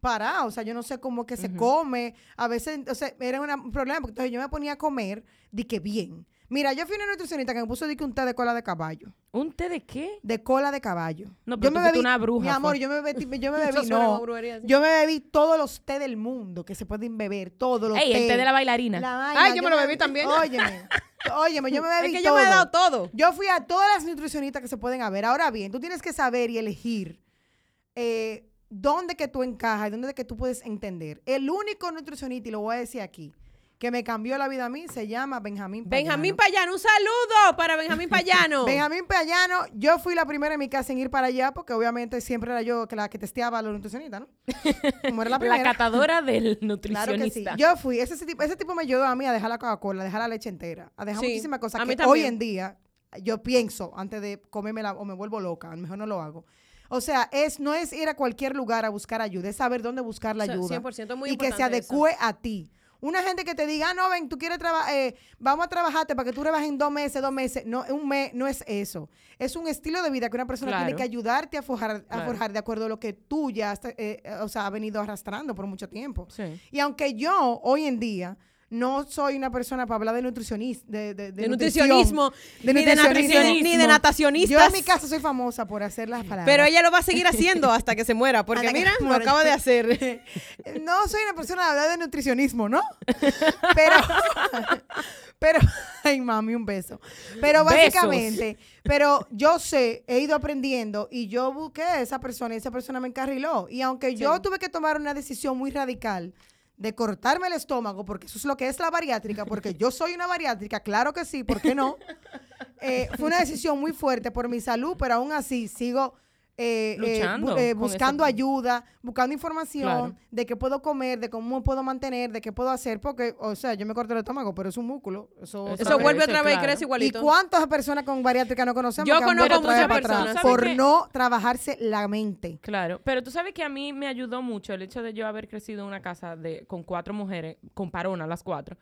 parar, o sea, yo no sé cómo es que se come, a veces, o sea, era una- un problema, porque entonces yo me ponía a comer, di que bien. Mira, yo fui a una nutricionista que me puso di que un té de cola de caballo, ¿Un té de qué? de cola de caballo. No, pero yo tú fuiste una bruja, Mi amor, fue. yo me bebí, yo me Eso bebí, suena no, como brujería, sí. yo me bebí todos los té del mundo que se pueden beber, todos los Ey, el té de la bailarina. La Ay, vaina, yo me lo bebí también. Óyeme, óyeme, yo me Es bebí que yo me he dado todo. yo fui a todas las nutricionistas que se pueden haber. Ahora bien, tú tienes que saber y elegir eh, dónde que tú encajas y dónde que tú puedes entender. El único nutricionista, y lo voy a decir aquí, que me cambió la vida a mí, se llama Benjamín Payano. Benjamín Payano, un saludo para Benjamín Payano. Benjamín Payano, yo fui la primera en mi casa en ir para allá porque obviamente siempre era yo que la que testeaba a los nutricionistas, ¿no? Como era la primera. La catadora del Claro que sí. nutricionista. Yo fui. Ese, ese tipo, ese tipo me ayudó a mí a dejar la Coca-Cola, a dejar la leche entera, a dejar Sí, muchísimas cosas a mí que también. hoy en día yo pienso antes de comérmela o me vuelvo loca. A lo mejor no lo hago. O sea, es, no es ir a cualquier lugar a buscar ayuda, es saber dónde buscar la O sea, ayuda. 100% muy y que se importante eso. adecue a ti. Una gente que te diga, ah, no, ven, tú quieres trabajar, vamos a trabajarte para que tú rebajes en dos meses, dos meses. No, un mes no es eso. Es un estilo de vida que una persona tiene Claro. que ayudarte a forjar, a Claro. forjar de acuerdo a lo que tú ya has, eh, o sea, has venido arrastrando por mucho tiempo. Sí. Y aunque yo hoy en día no soy una persona para hablar de nutricionismo, de, de- de De nutrición, nutricionismo, de ni de nutricionismo. nutricionismo, ni de natacionistas. Yo en mi casa soy famosa por hacer las palabras. Pero ella lo va a seguir haciendo hasta que se muera, porque Ah. Hasta que mira, se lo muera. acaba de hacer. No soy una persona de hablar de nutricionismo, ¿no? Pero, pero, ay mami, un beso. Pero Besos. básicamente, pero yo sé, he ido aprendiendo y yo busqué a esa persona y esa persona me encarriló. Y aunque yo tuve que tomar una decisión muy radical de cortarme el estómago, porque eso es lo que es la bariátrica, porque yo soy una bariátrica, claro que sí, ¿por qué no? Eh, fue una decisión muy fuerte por mi salud, pero aún así sigo eh, eh, Luchando bu- eh, con ese buscando pro- ayuda, buscando información Claro. de qué puedo comer, de cómo puedo mantener, de qué puedo hacer, porque, o sea, yo me corto el estómago, pero es un músculo. Eso, Eso Eso Claro, vuelve sí, otra vez y claro. ¿Y crece igualito. cuántas personas con bariátrica no conocemos? Yo que han conozco vuelto otra muchas vez para atrás personas. Por ¿Sabes qué? no trabajarse la mente. Claro, pero tú sabes que a mí me ayudó mucho el hecho de yo haber crecido en una casa de, con cuatro mujeres, con parona las cuatro,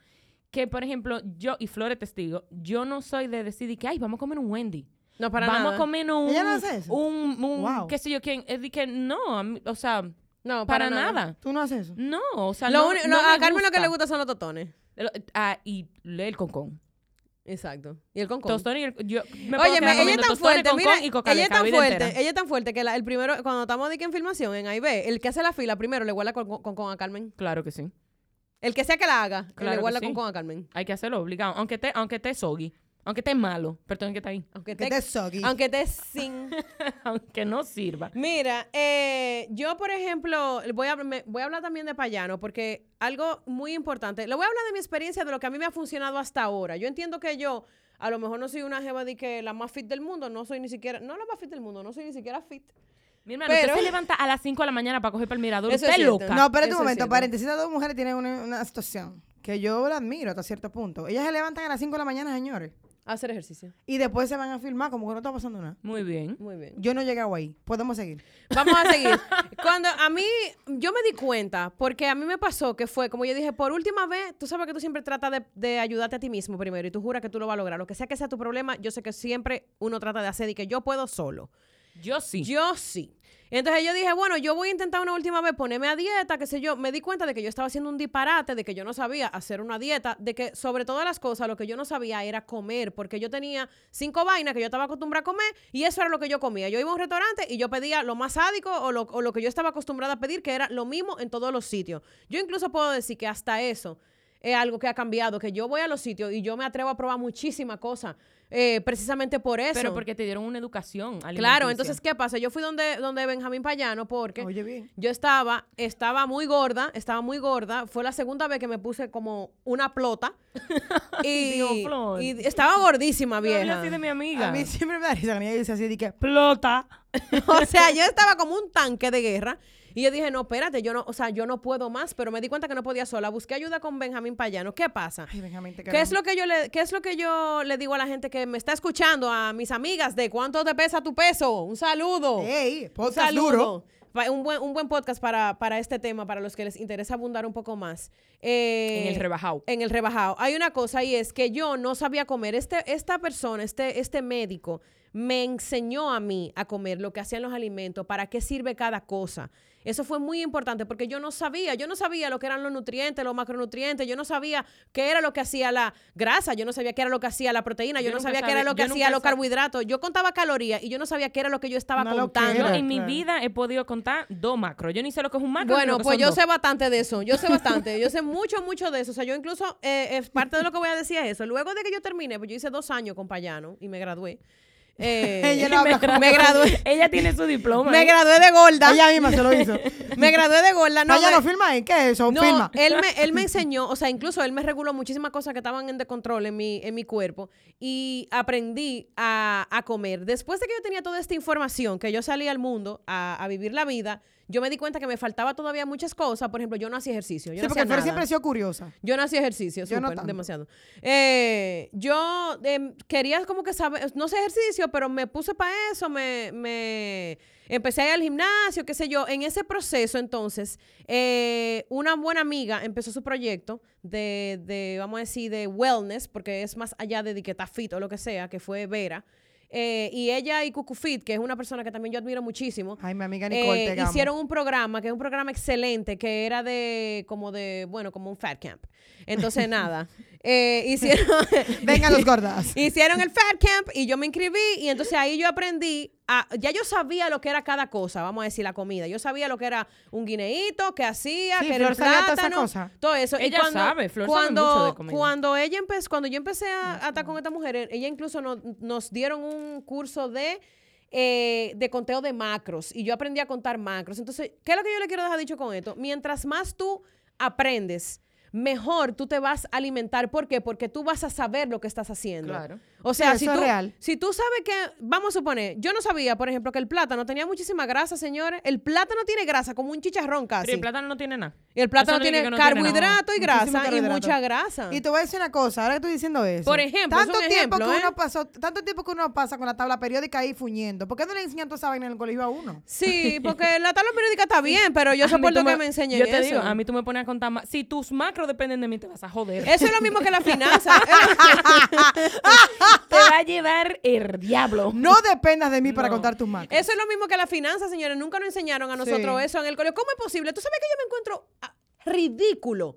que por ejemplo yo, y Flores testigo, yo no soy de decidir que, ay, vamos a comer un Wendy. No, para vamos nada. a comer un, Ella no hace eso. un, un Wow. qué sé yo quién. Es de que no, a mí- o sea, No, para, para nada. nada. ¿Tú no haces eso? No, o sea, Lo no, único- no lo- a me Carmen lo que le gusta son los totones. Lo- Ah, y lee el concón. Exacto. Y el concón. Tostón y el... Yo me puedo Oye, quedar ella es comiendo tan tostones, fuerte, concón mira, y ella coca es leca, tan vida fuerte, entera. ella es tan fuerte que la- el primero, cuando estamos de que en filmación, en AIB, el que hace la fila primero le huela con, con, con a Carmen. Claro que sí. El que sea que la haga, Claro le que huela sí. con, con a Carmen. Hay que hacerlo obligado, aunque esté, aunque esté soggy, aunque esté malo, pero tengo que estar ahí. Aunque Que te, te soggy. aunque te sin. aunque no sirva. Mira, eh, yo por ejemplo, voy a, me- voy a hablar también de Payano, porque algo muy importante, le voy a hablar de mi experiencia, de lo que a mí me ha funcionado hasta ahora. Yo entiendo que yo, a lo mejor no soy una jeva de que la más fit del mundo, no soy ni siquiera, no la más fit del mundo, no soy ni siquiera fit. Mi hermano, Pero- usted se levanta a las 5 de la mañana para coger para el mirador. Eso usted es es cierto. loca. No, pero un Eso es momento, cierto. paréntesis, las dos mujeres tienen una, una situación que yo la admiro hasta cierto punto. Ellas se levantan a las 5 de la mañana, señores, Hacer ejercicio. y después se van a filmar como que no está pasando nada. Muy bien. Muy bien. Yo no he llegado ahí. Podemos seguir. Vamos a seguir. Cuando a mí, yo me di cuenta, porque a mí me pasó que fue, como yo dije, por última vez, tú sabes que tú siempre tratas de, de ayudarte a ti mismo primero y tú juras que tú lo vas a lograr. Lo que sea que sea tu problema, yo sé que siempre uno trata de hacer y que yo puedo solo. Yo sí. Yo sí. Entonces yo dije, bueno, yo voy a intentar una última vez ponerme a dieta, qué sé yo. Me di cuenta de que yo estaba haciendo un disparate, de que yo no sabía hacer una dieta, de que sobre todas las cosas lo que yo no sabía era comer, porque yo tenía cinco vainas que yo estaba acostumbrada a comer y eso era lo que yo comía. Yo iba a un restaurante y yo pedía lo más sádico o lo, o lo que yo estaba acostumbrada a pedir, que era lo mismo en todos los sitios. Yo incluso puedo decir que hasta eso es algo que ha cambiado, que yo voy a los sitios y yo me atrevo a probar muchísimas cosas, eh, precisamente por eso. Pero porque te dieron una educación. Claro, alimenticia. entonces, ¿qué pasa? Yo fui donde, donde Benjamín Payano porque Oye, bien. yo estaba, estaba muy gorda, estaba muy gorda. Fue la segunda vez que me puse como una plota. y, Dios, Flor. y estaba gordísima, No hable vieja. así de mi amiga. A mí siempre me da risa cuando ella dice así, de que, Plota. o sea, yo estaba como un tanque de guerra. Y yo dije, no, espérate, yo no, o sea, yo no puedo más, pero me di cuenta que no podía sola. Busqué ayuda con Benjamín Payano. ¿Qué pasa? ay, Benjamín, te ¿Qué es, queremos. lo que yo le, ¿Qué es lo que yo le digo a la gente que me está escuchando, a mis amigas, de cuánto te pesa tu peso? Un saludo. Eh, Ey, Oh. Un podcast saludo. duro. Pa- Un buen, un buen podcast para, para este tema, para los que les interesa abundar un poco más. Eh, En el rebajado. En el rebajado. Hay una cosa y es que yo no sabía comer. Este, esta persona, este, este médico, me enseñó a mí a comer lo que hacían los alimentos, para qué sirve cada cosa. Eso fue muy importante porque yo no sabía, yo no sabía lo que eran los nutrientes, los macronutrientes, yo no sabía qué era lo que hacía la grasa, yo no sabía qué era lo que hacía la proteína, Yo yo, no nunca sabía qué era sabía- lo que yo nunca hacía los sab- carbohidratos. Yo contaba calorías y yo no sabía qué era lo que yo estaba No lo que contando. Yo Claro, en mi claro. vida he podido contar dos macros. Yo ni sé lo que es un macro. ni lo Bueno, Ah, que pues son yo dos. sé bastante de eso. Yo sé bastante. yo sé mucho, mucho de eso. O sea, yo incluso, eh, es parte de lo que voy a decir es eso. Luego de que yo terminé, pues yo hice dos años con Payano y me gradué. Eh, Ella no habla como- me gradué. Ella tiene su diploma. Me ¿eh? gradué de gorda. Ella misma se lo hizo. Me gradué de gorda. No, Ella me- no filma ahí. ¿Qué es eso? no, eh, filma. él me, él me enseñó, o sea, incluso él me reguló muchísimas cosas que estaban en descontrol en mi, en mi cuerpo y aprendí a, a comer. Después de que yo tenía toda esta información, que yo salí al mundo a, a vivir la vida, yo me di cuenta que me faltaba todavía muchas cosas. Por ejemplo, yo no hacía ejercicio. Yo sí, no porque hacía Flor nada. siempre ha sido curiosa. Yo no hacía ejercicio, Yo no súper, tanto. demasiado. Eh, yo em, quería como que saber, no sé ejercicio, pero me puse para eso, me, me empecé a ir al gimnasio, qué sé yo. En ese proceso, entonces, eh, una buena amiga empezó su proyecto de, de, vamos a decir, de wellness, porque es más allá de diqueta fit o lo que sea, que fue Vera. Eh, y ella y Cucufit, que es una persona que también yo admiro muchísimo, Ay, mi amiga Nicole, eh, te amo. hicieron un programa que es un programa excelente que era de como de bueno como un fat camp entonces nada eh, hicieron Vengan los gordas. hicieron el fat camp y yo me inscribí y entonces ahí yo aprendí a- ya yo sabía lo que era cada cosa vamos a decir la comida yo sabía lo que era un guineíto que hacía Sí, que era el Flor sabía toda esa plátano, cosa. todo eso Y Ella cuando- sabe, Flor sabe cuando mucho de comida. cuando ella empezó cuando yo empecé a, a estar con esta mujer eh, ella incluso no- nos dieron un curso de eh, de conteo de macros y yo aprendí a contar macros. Entonces, ¿qué es lo que yo le quiero dejar dicho con esto? Mientras más tú aprendes, mejor tú te vas a alimentar. ¿Por qué? Porque tú vas a saber lo que estás haciendo. Claro. O sea, Sí, si, eso es tú, real. si tú sabes que, vamos a suponer, yo no sabía, por ejemplo, que el plátano tenía muchísima grasa, señores. El plátano tiene grasa, como un chicharrón casi. Pero el plátano no tiene nada. Y el Eso plátano no dice tiene que no carbohidrato Muchísimo y grasa y carbohidrato. mucha grasa. Y te voy a decir una cosa, ahora que estoy diciendo eso. Por ejemplo, es tanto un tiempo ejemplo, que ¿eh? uno pasó, tanto tiempo que uno pasa con la tabla periódica ahí fuñendo. ¿Por qué no le enseñan toda esa vaina en el colegio a uno? Sí, porque la tabla periódica está bien, pero yo A mí soporto tú que me enseñen Yo te eso. digo, a mí tú me pones a contar más. Si tus macros dependen de mí, te vas a joder. Eso es lo mismo que la finanza. te va a llevar el diablo. No dependas de mí para contar tus manos. Eso es lo mismo que la finanza, señores. Nunca nos enseñaron a nosotros Sí. eso en el colegio. ¿Cómo es posible? Tú sabes que yo me encuentro ah, ridículo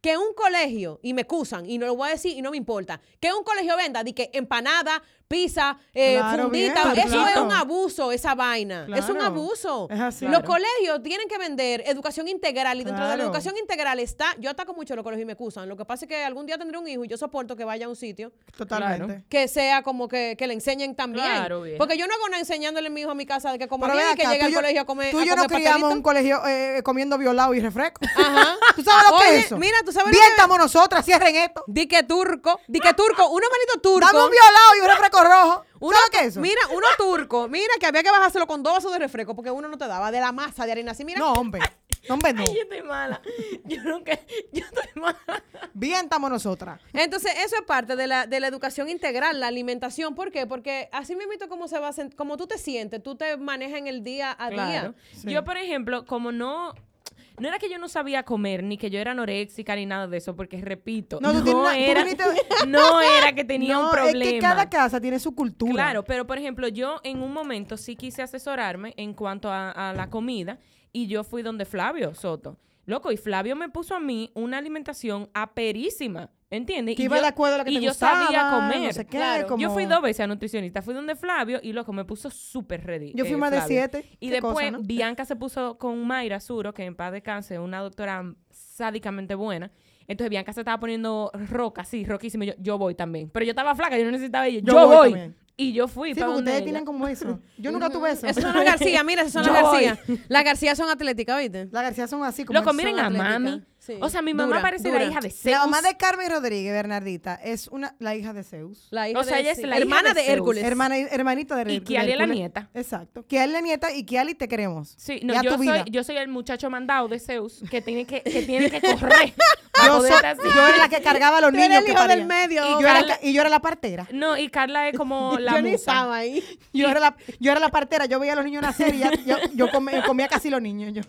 que un colegio, y me excusan, y no lo voy a decir y no me importa, que un colegio venda de que empanada, pizza, eh, Claro, fundita, bien, eso es claro. un abuso, esa vaina. Es un Claro. abuso. Es así. Los Claro. colegios tienen que vender educación integral y dentro de la Claro. educación integral está, yo ataco mucho a los colegios y me excusan. Lo que pasa es que algún día tendré un hijo y yo soporto que vaya a un sitio Totalmente. Claro. que sea como que, que le enseñen también. Claro, bien. Porque yo no hago nada enseñándole a mi hijo a mi casa de que coma Pero bien ve y que acá, llegue tú y al yo- colegio a comer. Tú a y yo no comer criamos un pastelito. colegio eh, comiendo violado y refresco. Ajá. ¿Tú sabes lo que Oye, es eso? mira, tú sabes lo Bien que- estamos nosotras, cierren esto. Di que turco, di que turco, uno manito turco. Dame un violado y un refresco rojo. uno ¿Sabes lo tu- que es eso? Mira, uno turco. Mira que había que bajárselo con dos vasos de refresco porque uno no te daba de la masa de harina así. Mira, No, hombre. No, hombre, no. Ay, yo estoy mala. Yo nunca. Yo estoy mala. Bien estamos nosotras. Entonces, eso es parte de la, de la educación integral, la alimentación. ¿Por qué? Porque así mismo como se va a sent- como tú te sientes, tú te manejas en el día a día. Claro. Yo, por ejemplo, como no. No era que yo no sabía comer, ni que yo era anoréxica, ni nada de eso, porque repito, No, no, tú tienes una- tú era, viniste- no era que tenía un No, problema. es que cada casa tiene su cultura. Claro, pero por ejemplo, yo en un momento sí quise asesorarme en cuanto a, a la comida y yo fui donde Flavio Soto. Loco, y Flavio me puso a mí una alimentación aperísima, ¿entiendes? Que y iba de acuerdo a lo que y te yo gustaba, sabía comer. no sé qué, Claro. Yo como- fui dos veces a nutricionista, fui donde Flavio y loco, me puso súper ready. eh, Yo fui más de Flavio. siete. Y Qué después cosa, ¿no? Bianca se puso con Mayra Suro, que en paz descanse, una doctora sádicamente buena. Entonces Bianca se estaba poniendo roca, sí, roquísima. y Yo, yo voy también. Pero yo estaba flaca, yo no necesitaba ella. Yo Yo, voy voy. también. Y yo fui. Sí, para porque donde ustedes ella. tienen como eso. Yo nunca tuve eso. Esas son las García, mira, esas son las Yo voy. García. Las García son atléticas, ¿viste? Las García son así como... Loco, miren son a atléticas. mami. Sí. O sea, mi mamá Dura, parece dura. la hija de Zeus. La mamá de Carmen Rodríguez, Bernardita, es una, la hija de Zeus. La O sea, de ella es Zeus. la hija hermana de de Zeus. Hércules. Hermana, hermanita de Pues, Y Hércules. Kiali es la nieta. Exacto. Kiali es la nieta y Kiali te queremos. Sí, no, Y a yo tu vida. soy, yo soy el muchacho mandado de Zeus que tiene que, que, tiene que correr. para Yo, poder so- así. yo era la que cargaba a los Tú niños eres el que hijo paría. del medio. Y yo, era, Carla- la- y yo era la partera. No, y Carla es como la yo ni musa. estaba ahí. Yo era la, yo era la partera. Yo veía a los niños nacer y ya- yo, yo come- comía casi los niños. Yo.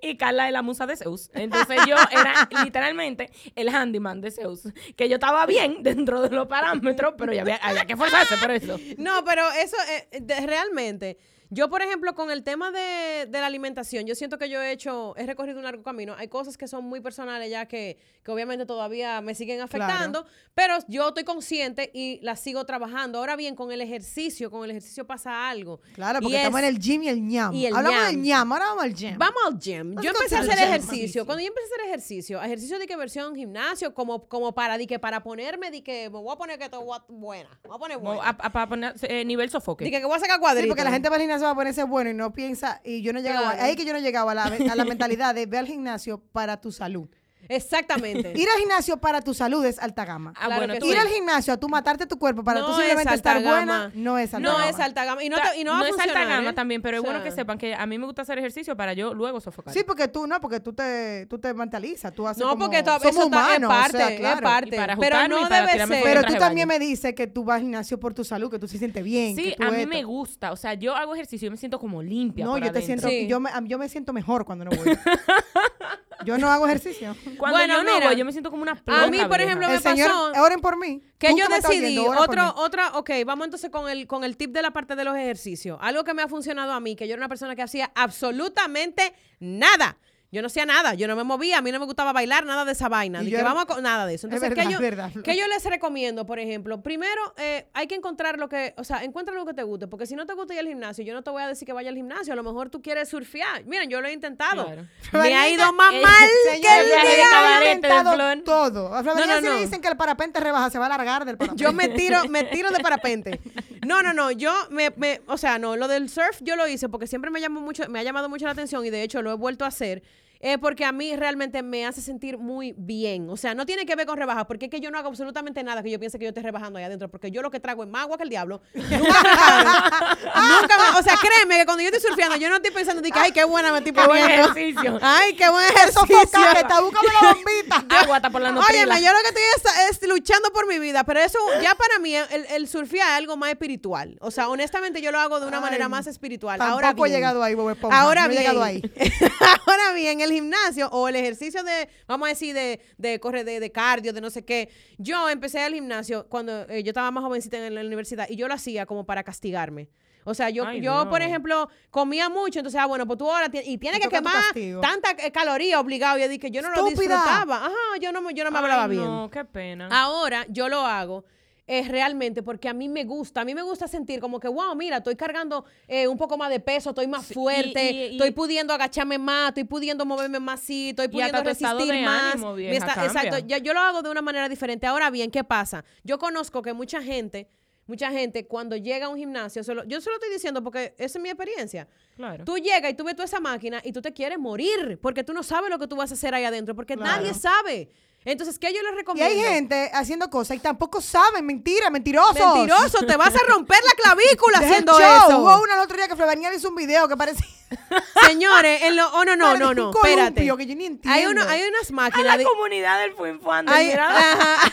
y Carla es la musa de Zeus. Entonces yo era literalmente el handyman de Zeus. Que yo estaba bien dentro de los parámetros, pero ya había, había que esforzarse por eso. No, pero eso eh, de- realmente. Yo, por ejemplo, con el tema de, de la alimentación, yo siento que yo he hecho, he recorrido un largo camino. Hay cosas que son muy personales ya que, que obviamente todavía me siguen afectando, pero yo estoy consciente y las sigo trabajando. Ahora bien, con el ejercicio, con el ejercicio pasa algo. Claro, Y porque es- estamos en el gym y el ñam. y el Hablamos del ñam. ñam, ahora vamos al gym. Vamos al gym. Vamos Yo a empecé a contar hacer el gym. ejercicio. Cuando yo empecé a hacer ejercicio, ejercicio de que versión gimnasio, como, como para, de que para ponerme, de que me voy a poner que estoy guat- buena. Me voy a poner Como buena. a- a- para poner eh, nivel sofoque. De que, que voy a sacar Sí, cuadritos. porque la gente va al gimnasio va a ponerse bueno y no piensa, y yo no llegaba, Claro. ahí que yo no llegaba a la, a la mentalidad de ve al gimnasio para tu salud. Exactamente. Ir al gimnasio para tu salud es alta gama. Ah, Claro bueno, que tú sí. Ir ves. al gimnasio a tu matarte tu cuerpo para tú No simplemente es alta estar gama. buena, no es alta No gama. es alta gama. Y no, te- y no, va no a es alta funcionar, gama ¿eh? también, pero es O bueno sea, que sepan que a mí me gusta hacer ejercicio para yo luego sofocar. Sí, porque tú no, porque tú te, tú te mentalizas, tú haces No, como, porque to- somos eso está- humanos, es o parte, sea, es claro. parte. Y para pero ajustarme no y para debe tirarme ser. fotos Pero traje tú de también baño. me dices que tú vas al gimnasio por tu salud, que tú te sientes bien. Sí, pues, que tú a mí esto. me gusta. O sea, yo hago ejercicio y me siento como limpia. No, por yo te adentro. siento, Sí. yo, me, yo me siento mejor cuando no voy. yo no hago ejercicio. Cuando Bueno, yo no mira, voy, yo me siento como una a plota, mí, por vieja. ejemplo, me El señor, pasó oren por mí. que Tú yo me estás decidí viendo, ora por otro mí. otra ok vamos entonces con el con el tip de la parte de los ejercicios algo que me ha funcionado a mí que yo era una persona que hacía absolutamente nada yo no hacía nada yo no me movía a mí no me gustaba bailar nada de esa vaina Y de yo que era- vamos a co- nada de eso Es entonces ¿qué verdad, yo es verdad. qué yo les recomiendo por ejemplo primero eh, hay que encontrar lo que o sea encuentra lo que te guste porque si no te gusta ir al gimnasio yo no te voy a decir que vaya al gimnasio a lo mejor tú quieres surfear miren yo lo he intentado Claro. me ha ido más Eh, mal que Señora, el Ella diablo. es ya cabarete he de inventado Flor. todo. A Flavia No, no, si no. le dicen que el parapente rebaja, se va a largar del parapente. Yo me tiro, me tiro de parapente. No, no, no. Yo me, me- o sea, no, lo del surf yo lo hice porque siempre me llamó mucho, me ha llamado mucho la atención y de hecho lo he vuelto a hacer. eh, porque a mí realmente me hace sentir muy bien. O sea, no tiene que ver con rebajas, porque es que yo no hago absolutamente nada que yo piense que yo esté rebajando ahí adentro, porque yo lo que trago es más agua que el diablo. Nunca me paro. Nunca me- O sea, créeme que cuando yo estoy surfeando, yo no estoy pensando de que, ay, qué buena me estoy Qué buen poniendo. ejercicio. Ay, qué buen Eso ejercicio. fue está búscame la bombita. Agua está por la Oye, nutrila. yo lo que estoy es, es luchando por mi vida, pero eso ya para mí el, el surfear es algo más espiritual. O sea, honestamente yo lo hago de una Ay, manera más espiritual. tampoco Ahora he bien, llegado ahí, Bob Esponja, Ahora no he bien, llegado ahí. ahora bien, el gimnasio o el ejercicio de, vamos a decir, de, de correr, de, de cardio, de no sé qué. Yo empecé al gimnasio cuando eh, yo estaba más jovencita en la universidad y yo lo hacía como para castigarme. O sea, yo, Ay, yo no. por ejemplo, comía mucho, entonces, ah, bueno, pues tú ahora tienes, y tienes Te toca que tu quemar castigo. tanta eh, caloría obligado. Y dije, yo no lo Estúpida. disfrutaba. Ajá, yo no, me- yo no me hablaba Ay, bien. No, qué pena. Ahora yo lo hago. Es realmente porque a mí me gusta, a mí me gusta sentir como que, wow, mira, estoy cargando eh, un poco más de peso, estoy más fuerte, y- y- estoy pudiendo agacharme más, estoy pudiendo moverme más, sí, estoy pudiendo hasta tu estado resistir de más. ánimo, Me vieja, cambia. exacto, ya- yo lo hago de una manera diferente. Ahora bien, ¿qué pasa? Yo conozco que mucha gente, mucha gente cuando llega a un gimnasio, se lo- yo se lo estoy diciendo porque esa es mi experiencia. claro. Tú llegas y tú ves toda esa máquina y tú te quieres morir porque tú no sabes lo que tú vas a hacer ahí adentro, porque nadie sabe. Entonces, ¿qué yo les Y recomiendo? hay gente haciendo cosas y tampoco saben, mentira, mentirosos. Mentiroso, te vas a romper la clavícula Deja el haciendo show. eso. Hubo una el otro día que Flavaniel hizo un video que parecía. Señores, en lo, oh, no, no, Parecía no, no, un espérate. columpio que yo ni entiendo. Hay, uno, hay unas a máquinas. la de- comunidad del Fuenfuando. hay, ajá,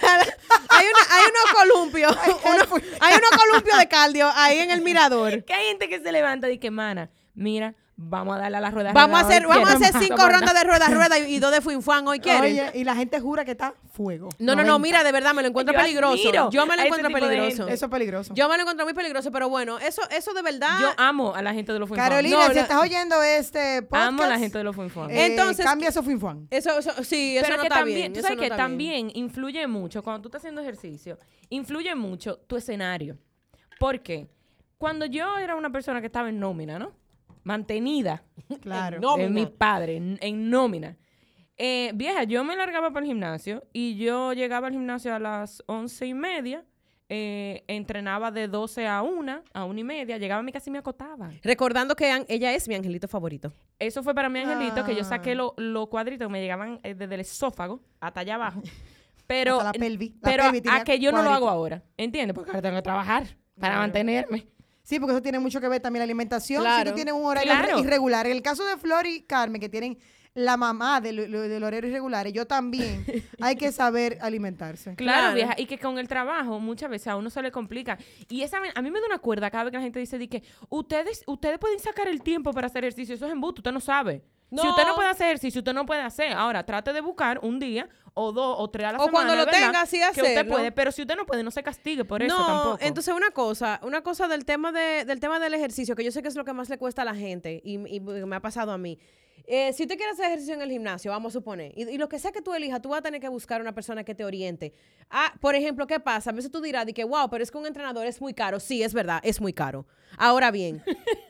hay, una- hay unos columpios. uno- hay unos columpios de cardio ahí en el mirador. Que hay gente que se levanta y que, mana, mira, vamos a darle a la rueda. Vamos a hacer, vamos a hacer cinco rondas de de rueda, rueda y, y dos de fuinfuan hoy, ¿quieres? Oye, y la gente jura que está fuego. no, no, no, mira, de verdad me lo encuentro Yo peligroso. admiro Yo me lo a ese encuentro tipo de peligroso. gente. Eso es peligroso. Yo me lo encuentro muy peligroso, pero bueno, eso, eso de verdad. Yo amo a la gente de los Fuenfuando. Carolina, No, si no. estás oyendo este podcast. amo a la gente de los Fuenfuando. eh, Entonces- Cambia eso, Finfuan. eso, eso- sí, eso pero no que está también, bien. tú eso sabes no que está bien. también influye mucho, cuando tú estás haciendo ejercicio, influye mucho tu escenario. ¿Por qué? Cuando yo era una persona que estaba en nómina, ¿no? Mantenida Claro. No. Nómina. de mi padre, en, en nómina. Eh, vieja, yo me largaba para el gimnasio y yo llegaba al gimnasio a las once y media, eh, entrenaba de 12 a una, a una y media, llegaba a mi casa y me acotaba. Recordando que an- ella es mi angelito favorito. Eso fue para mi angelito, que yo saqué Ah. lo- los cuadritos que me llegaban eh, desde el esófago hasta allá abajo. Pero, Hasta la pelvis. La pero pelvis a, tenía que yo no lo cuadrito. hago ahora, ¿entiendes? Porque ahora tengo que trabajar para mantenerme. Sí, porque eso tiene mucho que ver también la alimentación. Si Claro. tú tienes un horario Claro. irregular. En el caso de Flor y Carmen, que tienen la mamá del, del horario irregular, yo también hay que saber alimentarse. Claro, Claro. vieja. Y que con el trabajo muchas veces a uno se le complica. Y esa ven- a mí me da una cuerda cada vez que la gente dice de que ustedes, ustedes pueden sacar el tiempo para hacer ejercicio. Eso es embuste, usted no sabe. Si No. usted no puede hacer ejercicio, usted no puede hacer. Ahora, trate de buscar un día o dos o tres a la O semana. cuando lo ¿verdad? tenga, sí Que usted hacerlo. puede, pero si usted no puede, no se castigue por eso no, tampoco. entonces una cosa, una cosa del tema de- del tema del ejercicio, que yo sé que es lo que más le cuesta a la gente y, y me ha pasado a mí. Eh, si usted quiere hacer ejercicio en el gimnasio, vamos a suponer, y, y lo que sea que tú elijas, tú vas a tener que buscar una persona que te oriente. Ah, por ejemplo, ¿qué pasa? A veces tú dirás de que, wow, pero es que un entrenador es muy caro. Sí, es verdad, es muy caro. Ahora bien,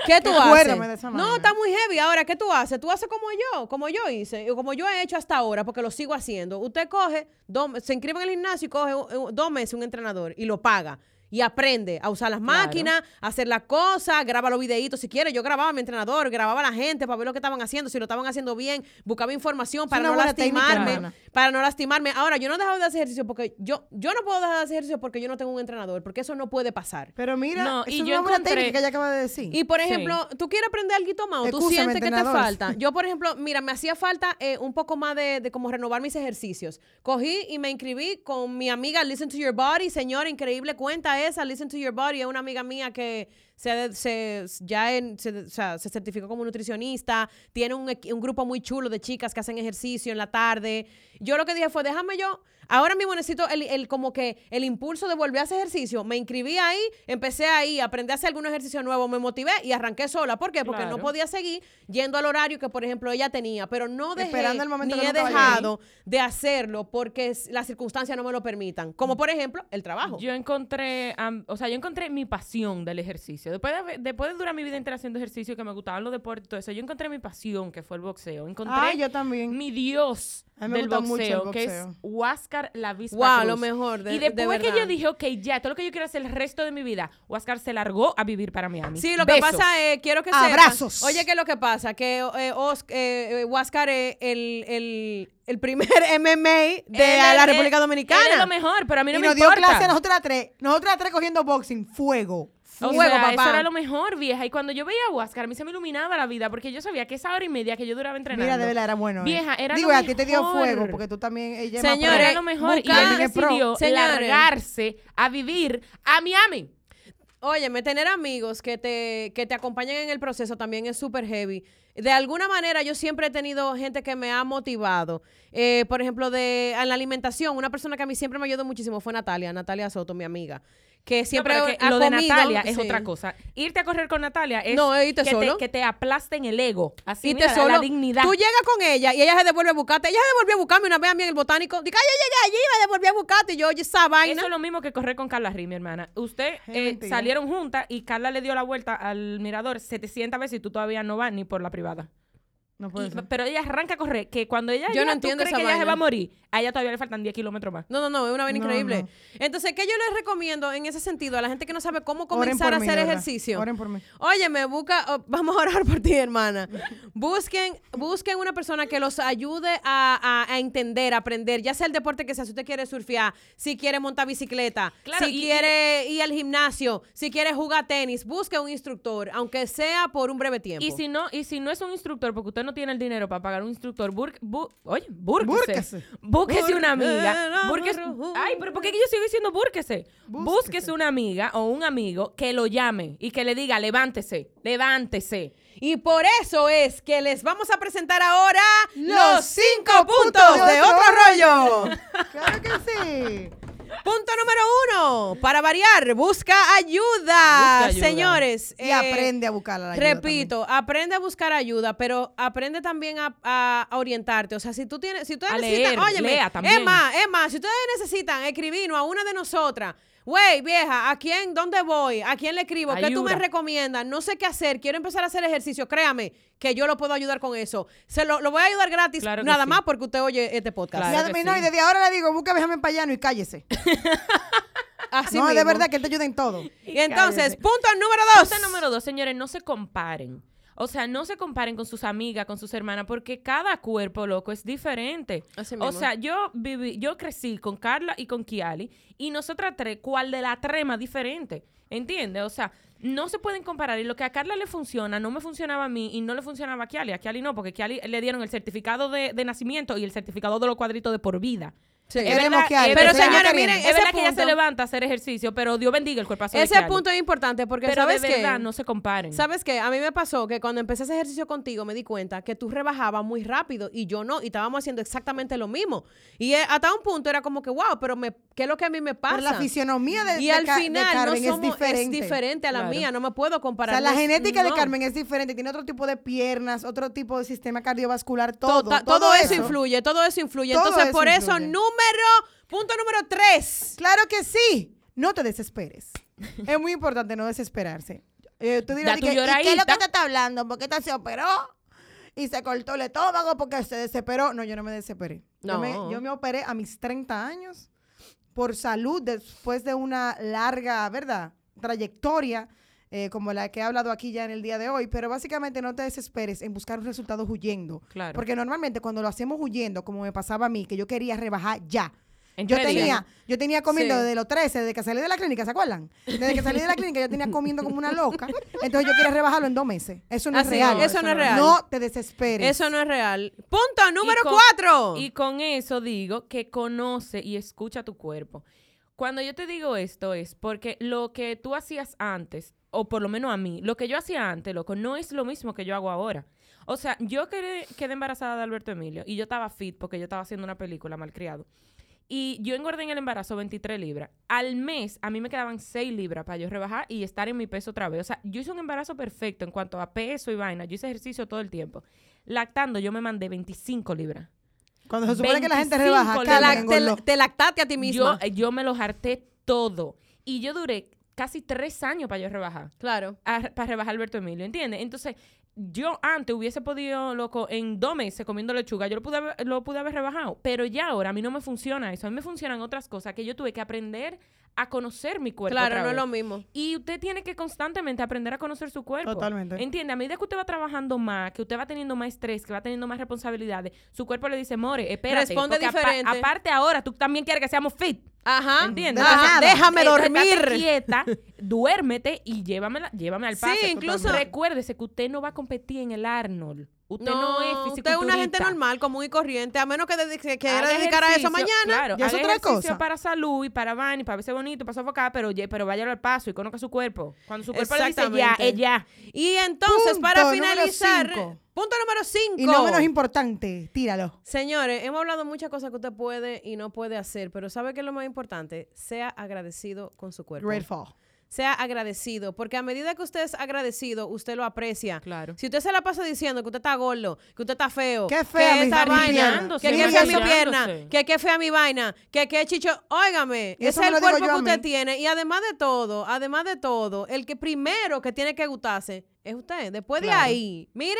¿qué tú haces? Acuérdame de esa No, vaina. está muy heavy. Ahora, ¿qué tú haces? Tú haces como yo, como yo hice, o como yo he hecho hasta ahora, porque lo sigo haciendo. Usted coge, dos me- se inscribe en el gimnasio y coge un- un- dos meses un entrenador y lo paga. Y aprende a usar las máquinas, a hacer las cosas, graba los videitos si quiere. Yo grababa a mi entrenador, grababa a la gente para ver lo que estaban haciendo, si lo estaban haciendo bien, buscaba información para una no buena técnica, lastimarme hermana. para no lastimarme. Ahora, yo no he dejado de hacer ejercicio porque yo, yo no puedo dejar de hacer ejercicio porque yo no tengo un entrenador, porque eso no puede pasar. Pero mira, No, eso y es yo una buena encontré- técnica que ella acaba de decir. Y por ejemplo, tú quieres aprender algo más o tú Excúsame, sientes que te entrenadores. falta. Yo, por ejemplo, mira, me hacía falta eh, un poco más de, de como renovar mis ejercicios. Cogí y me inscribí con mi amiga Listen to Your Body, señor, increíble cuenta esa, Listen to Your Body, es una amiga mía que se, se- ya en- se, o sea, se certificó como nutricionista, tiene un, equi- un grupo muy chulo de chicas que hacen ejercicio en la tarde. Yo lo que dije fue, déjame yo, ahora mismo necesito el, el- como que el impulso de volver a hacer ejercicio. Me inscribí ahí, empecé ahí, aprendí a hacer algunos ejercicios nuevos, me motivé y arranqué sola. ¿Por qué? Porque Claro. no podía seguir yendo al horario que, por ejemplo, ella tenía, pero no dejé, Esperando el momento ni que he nunca va a dejado de hacerlo porque s- las circunstancias no me lo permitan. Como, por ejemplo, el trabajo. Yo encontré, am- o sea, yo encontré mi pasión del ejercicio. ejercicio. Después de, haber- después de durar mi vida entera haciendo ejercicio, que me gustaban los deportes y todo eso, yo encontré mi pasión, que fue el boxeo. Encontré Ay, Ah, yo también. mi dios A mí me del gusta mucho el boxeo, que es boxeo. Huáscar la Vizpa Guau, Cruz. lo mejor, de- Y de después que verdad. yo dije, ok, ya, todo lo que yo quiero hacer el resto de mi vida, Huáscar se largó a vivir para Miami. Sí, lo que Besos. pasa es, quiero que sepas. Abrazos. Oye, que lo que pasa, que eh, Os- eh, eh, Huáscar es el, el, el primer MMA de Él la es- República él- Dominicana. él es lo mejor, pero a mí no y me nos dio importa. clase a nosotras tres. Nosotras tres cogiendo boxing. Fuego. O Fuego, sea, papá. eso era lo mejor, vieja. Y cuando yo veía a Huáscar, a mí se me iluminaba la vida, porque yo sabía que esa hora y media que yo duraba entrenando. Mira, de verdad era bueno. ¿eh? Vieja, era Digo, lo a ti te dio mejor. fuego porque tú también. Ella es más Señores, pro. era lo mejor. buscar- y él es pro. decidió Señores. largarse a vivir a Miami. Óyeme, tener amigos que te, que te acompañen en el proceso también es súper heavy. De alguna manera yo siempre he tenido gente que me ha motivado. Eh, por ejemplo, de, en la alimentación, una persona que a mí siempre me ayudó muchísimo fue Natalia, Natalia Soto, mi amiga, que siempre No, pero que ha lo de comido- Natalia es sí. otra cosa. Irte a correr con Natalia es No, e irte que, solo. Te, que te aplasten el ego. Así Y mira, te la- solo, la dignidad. Tú llegas con ella y ella se devuelve a buscarte. Ella se devolvió a buscarme una vez a mí en el botánico. Dije, ay, yo llegué allí y me devolví a buscarte. Y yo, oye, esa vaina. Eso es lo mismo que correr con Carla Rí, mi hermana. Usted Es eh, mentira. salieron juntas y Carla le dio la vuelta al mirador 700 veces y tú todavía no vas ni por la privada. No puede Y- ser. pero ella arranca a correr, que cuando ella Yo llega, no tú entiendo crees esa que ella se vaina. va a morir. A ella todavía le faltan 10 kilómetros más. No, no, no, es una vaina No, increíble. no. Entonces, ¿qué yo les recomiendo en ese sentido a la gente que no sabe cómo Oren por comenzar a mí, hacer de verdad. ejercicio? Oren por mí. Oye, me busca, oh, vamos a orar por ti, hermana. Busquen, busquen una persona que los ayude a, a- a entender, a aprender, ya sea el deporte que sea, si usted quiere surfear, si quiere montar bicicleta, Claro, si y- quiere ir al gimnasio, si quiere jugar tenis, busque un instructor, aunque sea por un breve tiempo. Y si no, y si no es un instructor, porque usted no tiene el dinero para pagar un instructor, bur, bu- oye, búrquese. Búrquese. Búrquese una Eh, amiga. no, Búrquese. burro. Ay, pero ¿por qué yo sigo diciendo búrquese? Búsquese. Búsquese una amiga o un amigo que lo llame y que le diga, levántese, levántese. Y por eso es que les vamos a presentar ahora los cinco puntos puntos de de otro rollo. Claro que sí. Punto número uno, para variar, busca ayuda, ayuda. señores. Eh, Y aprende a buscar la ayuda Repito, aprende a buscar ayuda, pero aprende también a, a- a orientarte. O sea, si tú tienes, si ustedes A necesitan, leer, óyeme, lea también. Emma, Emma, si ustedes necesitan escribirnos a una de nosotras, güey, vieja, ¿a quién, dónde voy? ¿A quién le escribo? ¿Qué tú me Ayuda. recomiendas? No sé qué hacer, quiero empezar a hacer ejercicio, créame que yo lo puedo ayudar con eso. Se lo, lo voy a ayudar gratis, Claro que nada sí. más porque usted oye este podcast. Claro y, a- que no, sí. y desde ahora le digo, busca Benjamín Payano y cállese. Así no, de mismo. verdad que él te ayuda en todo. Y entonces, Cállese. punto número dos. Punto número dos, señores, no se comparen. O sea, no se comparen con sus amigas, con sus hermanas, porque cada cuerpo loco es diferente. Así o mismo. sea, yo viví, yo crecí con Carla y con Kiali, y nosotras tres, cual de la trema diferente. ¿Entiendes? O sea, no se pueden comparar. Y lo que a Carla le funciona, no me funcionaba a mí y no le funcionaba a Kiali. A Kiali no, porque Kiali le dieron el certificado de, de nacimiento y el certificado de los cuadritos de por vida. Sí. Es Queremos verdad- Kiali, es pero verdad- señores, es miren, verdad ese que ella se punto- levanta a hacer ejercicio, pero Dios bendiga el cuerpazo de Ese Kiali. punto es importante porque Pero sabes de que verdad, no se comparen. ¿Sabes qué? A mí me pasó que cuando empecé ese ejercicio contigo me di cuenta que tú rebajabas muy rápido y yo no, y estábamos haciendo exactamente lo mismo. Y eh, hasta un punto era como que, wow, pero me, ¿qué es lo que a mí me pasa? Pero la fisionomía de, y de al Ca- de final no Carmen somos, es diferente. a la Claro. mía, no me puedo O comparar. sea, la No es- genética de no. Carmen es diferente, tiene otro tipo de piernas, otro tipo de sistema cardiovascular, todo. Tota- todo, eso influye, todo eso influye. Todo Entonces, eso por eso, influye. número, punto número tres. Claro que sí. No te desesperes. es muy importante no desesperarse. Eh, tú dirás, Da di tu que, ¿y ¿qué es lo lloradita". que te está hablando? ¿Por qué te se operó? Y se cortó el estómago porque se desesperó. No, yo no me desesperé. No. Yo, me, yo me operé a mis 30 años por salud después de una larga, ¿verdad? Trayectoria. eh, como la que he hablado aquí ya en el día de hoy, pero básicamente no te desesperes en buscar un resultado huyendo. Claro. Porque normalmente cuando lo hacemos huyendo, como me pasaba a mí, que yo quería rebajar ya, En yo tres días. tenía, yo tenía comiendo Sí. desde los 13, desde que salí de la clínica, ¿se acuerdan? Desde que salí de la clínica yo tenía comiendo como una loca. Entonces yo quería rebajarlo en dos meses. Eso no Así es real. no, eso no es real. No te desesperes. Eso no es real. Punto Y número con- cuatro. Y con eso digo que conoce y escucha tu cuerpo. Cuando yo te digo esto es porque lo que tú hacías antes, o por lo menos a mí, lo que yo hacía antes, loco, no es lo mismo que yo hago ahora. O sea, yo quedé, quedé embarazada de Alberto Emilio y yo estaba fit porque yo estaba haciendo una película, Malcriado. Y yo engordé en el embarazo 23 libras. Al mes a mí me quedaban 6 libras para yo rebajar y estar en mi peso otra vez. O sea, yo hice un embarazo perfecto en cuanto a peso y vaina. Yo hice ejercicio todo el tiempo. Lactando yo me mandé 25 libras. Cuando se supone que la gente 25 rebaja, le Te Carmen lac- Lac- te, eh, engordó. te lactaste a ti misma. Yo, yo me lo harté todo. Y yo duré casi tres años para yo rebajar. Claro. a- para rebajar Alberto Emilio, ¿entiendes? Entonces, yo antes hubiese podido, loco, en dos meses comiendo lechuga, yo lo pude, haber, lo pude haber rebajado, pero ya ahora a mí no me funciona eso, a mí me funcionan otras cosas que yo tuve que aprender a conocer mi cuerpo. Claro, otra no es vez. lo mismo. Y usted tiene que constantemente aprender a conocer su cuerpo. Totalmente. Entiende, a medida que usted va trabajando más, que usted va teniendo más estrés, que va teniendo más responsabilidades, su cuerpo le dice, more, espérate. Responde porque apa- diferente. aparte ahora, tú también quieres que seamos fit. Ajá. ¿Entiendes? Ajá, Entonces, déjame eh, estate dormir. quieta, duérmete y llévamela, llévame al Sí, pase. incluso- Recuérdese que usted no va a competir en el Arnold. Usted no, No, es usted es fisiculturista. una gente normal, común y corriente, a menos que, dedi- que quiera Haga dedicar a eso ejercicio, mañana. Claro, ya es haga otra ejercicio cosa. para salud y para van y para verse bonito, para sofocar, pero, oye, pero váyalo al paso y conozca su cuerpo. Cuando su cuerpo le dice ya, Exactamente. es ya. Y entonces, Punto para número finalizar, cinco. punto número 5. Y no menos importante, tíralo. Señores, hemos hablado muchas cosas que usted puede y no puede hacer, pero ¿sabe qué es lo más importante? Sea agradecido con su cuerpo. Grateful. Sea agradecido, porque a medida que usted es agradecido, usted lo aprecia. Claro. Si usted se la pasa diciendo que usted está gordo, que usted está feo, Qué fea que mi esta vaina, vaina, que qué fea mi maquillándose. pierna, que qué fea mi vaina, que qué chicho, óigame, Eso ese me es lo el digo cuerpo yo que a usted mí. tiene y además de todo, además de todo, el que primero que tiene que gustarse es usted. Después de ahí, miren,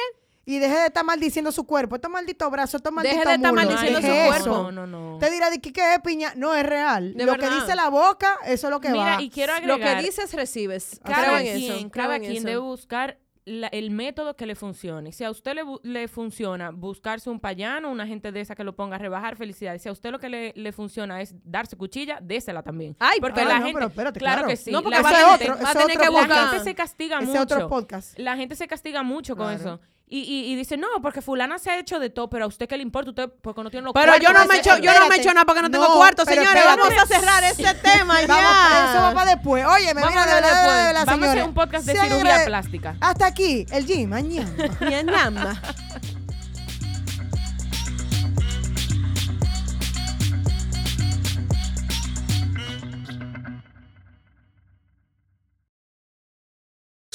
Y deje de estar maldiciendo su cuerpo. Estos malditos brazos, estos malditos Deje de estar muslos. maldiciendo Deje su eso. cuerpo. No, no, no. Te dirá, ¿de qué qué es piña? No, es real. De lo que verdad. dice la boca, eso es lo que Mira, va. y quiero lo agregar. que dices recibes. Creo cada en eso, quien, creo cada en quien eso. debe buscar la- el método que le funcione. Si a usted le, bu- le funciona buscarse un payano, una gente de esa que lo ponga a rebajar, felicidades. Si a usted lo que le, le funciona es darse cuchilla, désela también. Ay, ah, porque ay, la Ah, no, gente, pero espérate, claro, claro. que sí. No, porque la ese es gente- otro, va a ese tener otro que podcast. La gente se castiga Ese mucho. otro podcast. La gente se castiga mucho con Claro. eso. Y, y, y dice, no, porque fulana se ha hecho de todo, pero a usted qué le importa, usted porque no tiene los Pero yo cuartos, no me ese- echo, yo no me Espérate. echo nada porque no tengo No, cuarto, pero señores. espérate. Vamos a cerrar este tema Vamos, ya. eso va para después. Oye, me Vamos mira, de para verdad, después. de verdad, pues. Vamos a hacer señores. un podcast de Sean cirugía agrade- plástica. Hasta aquí, el gym, mañana. Ni en nada.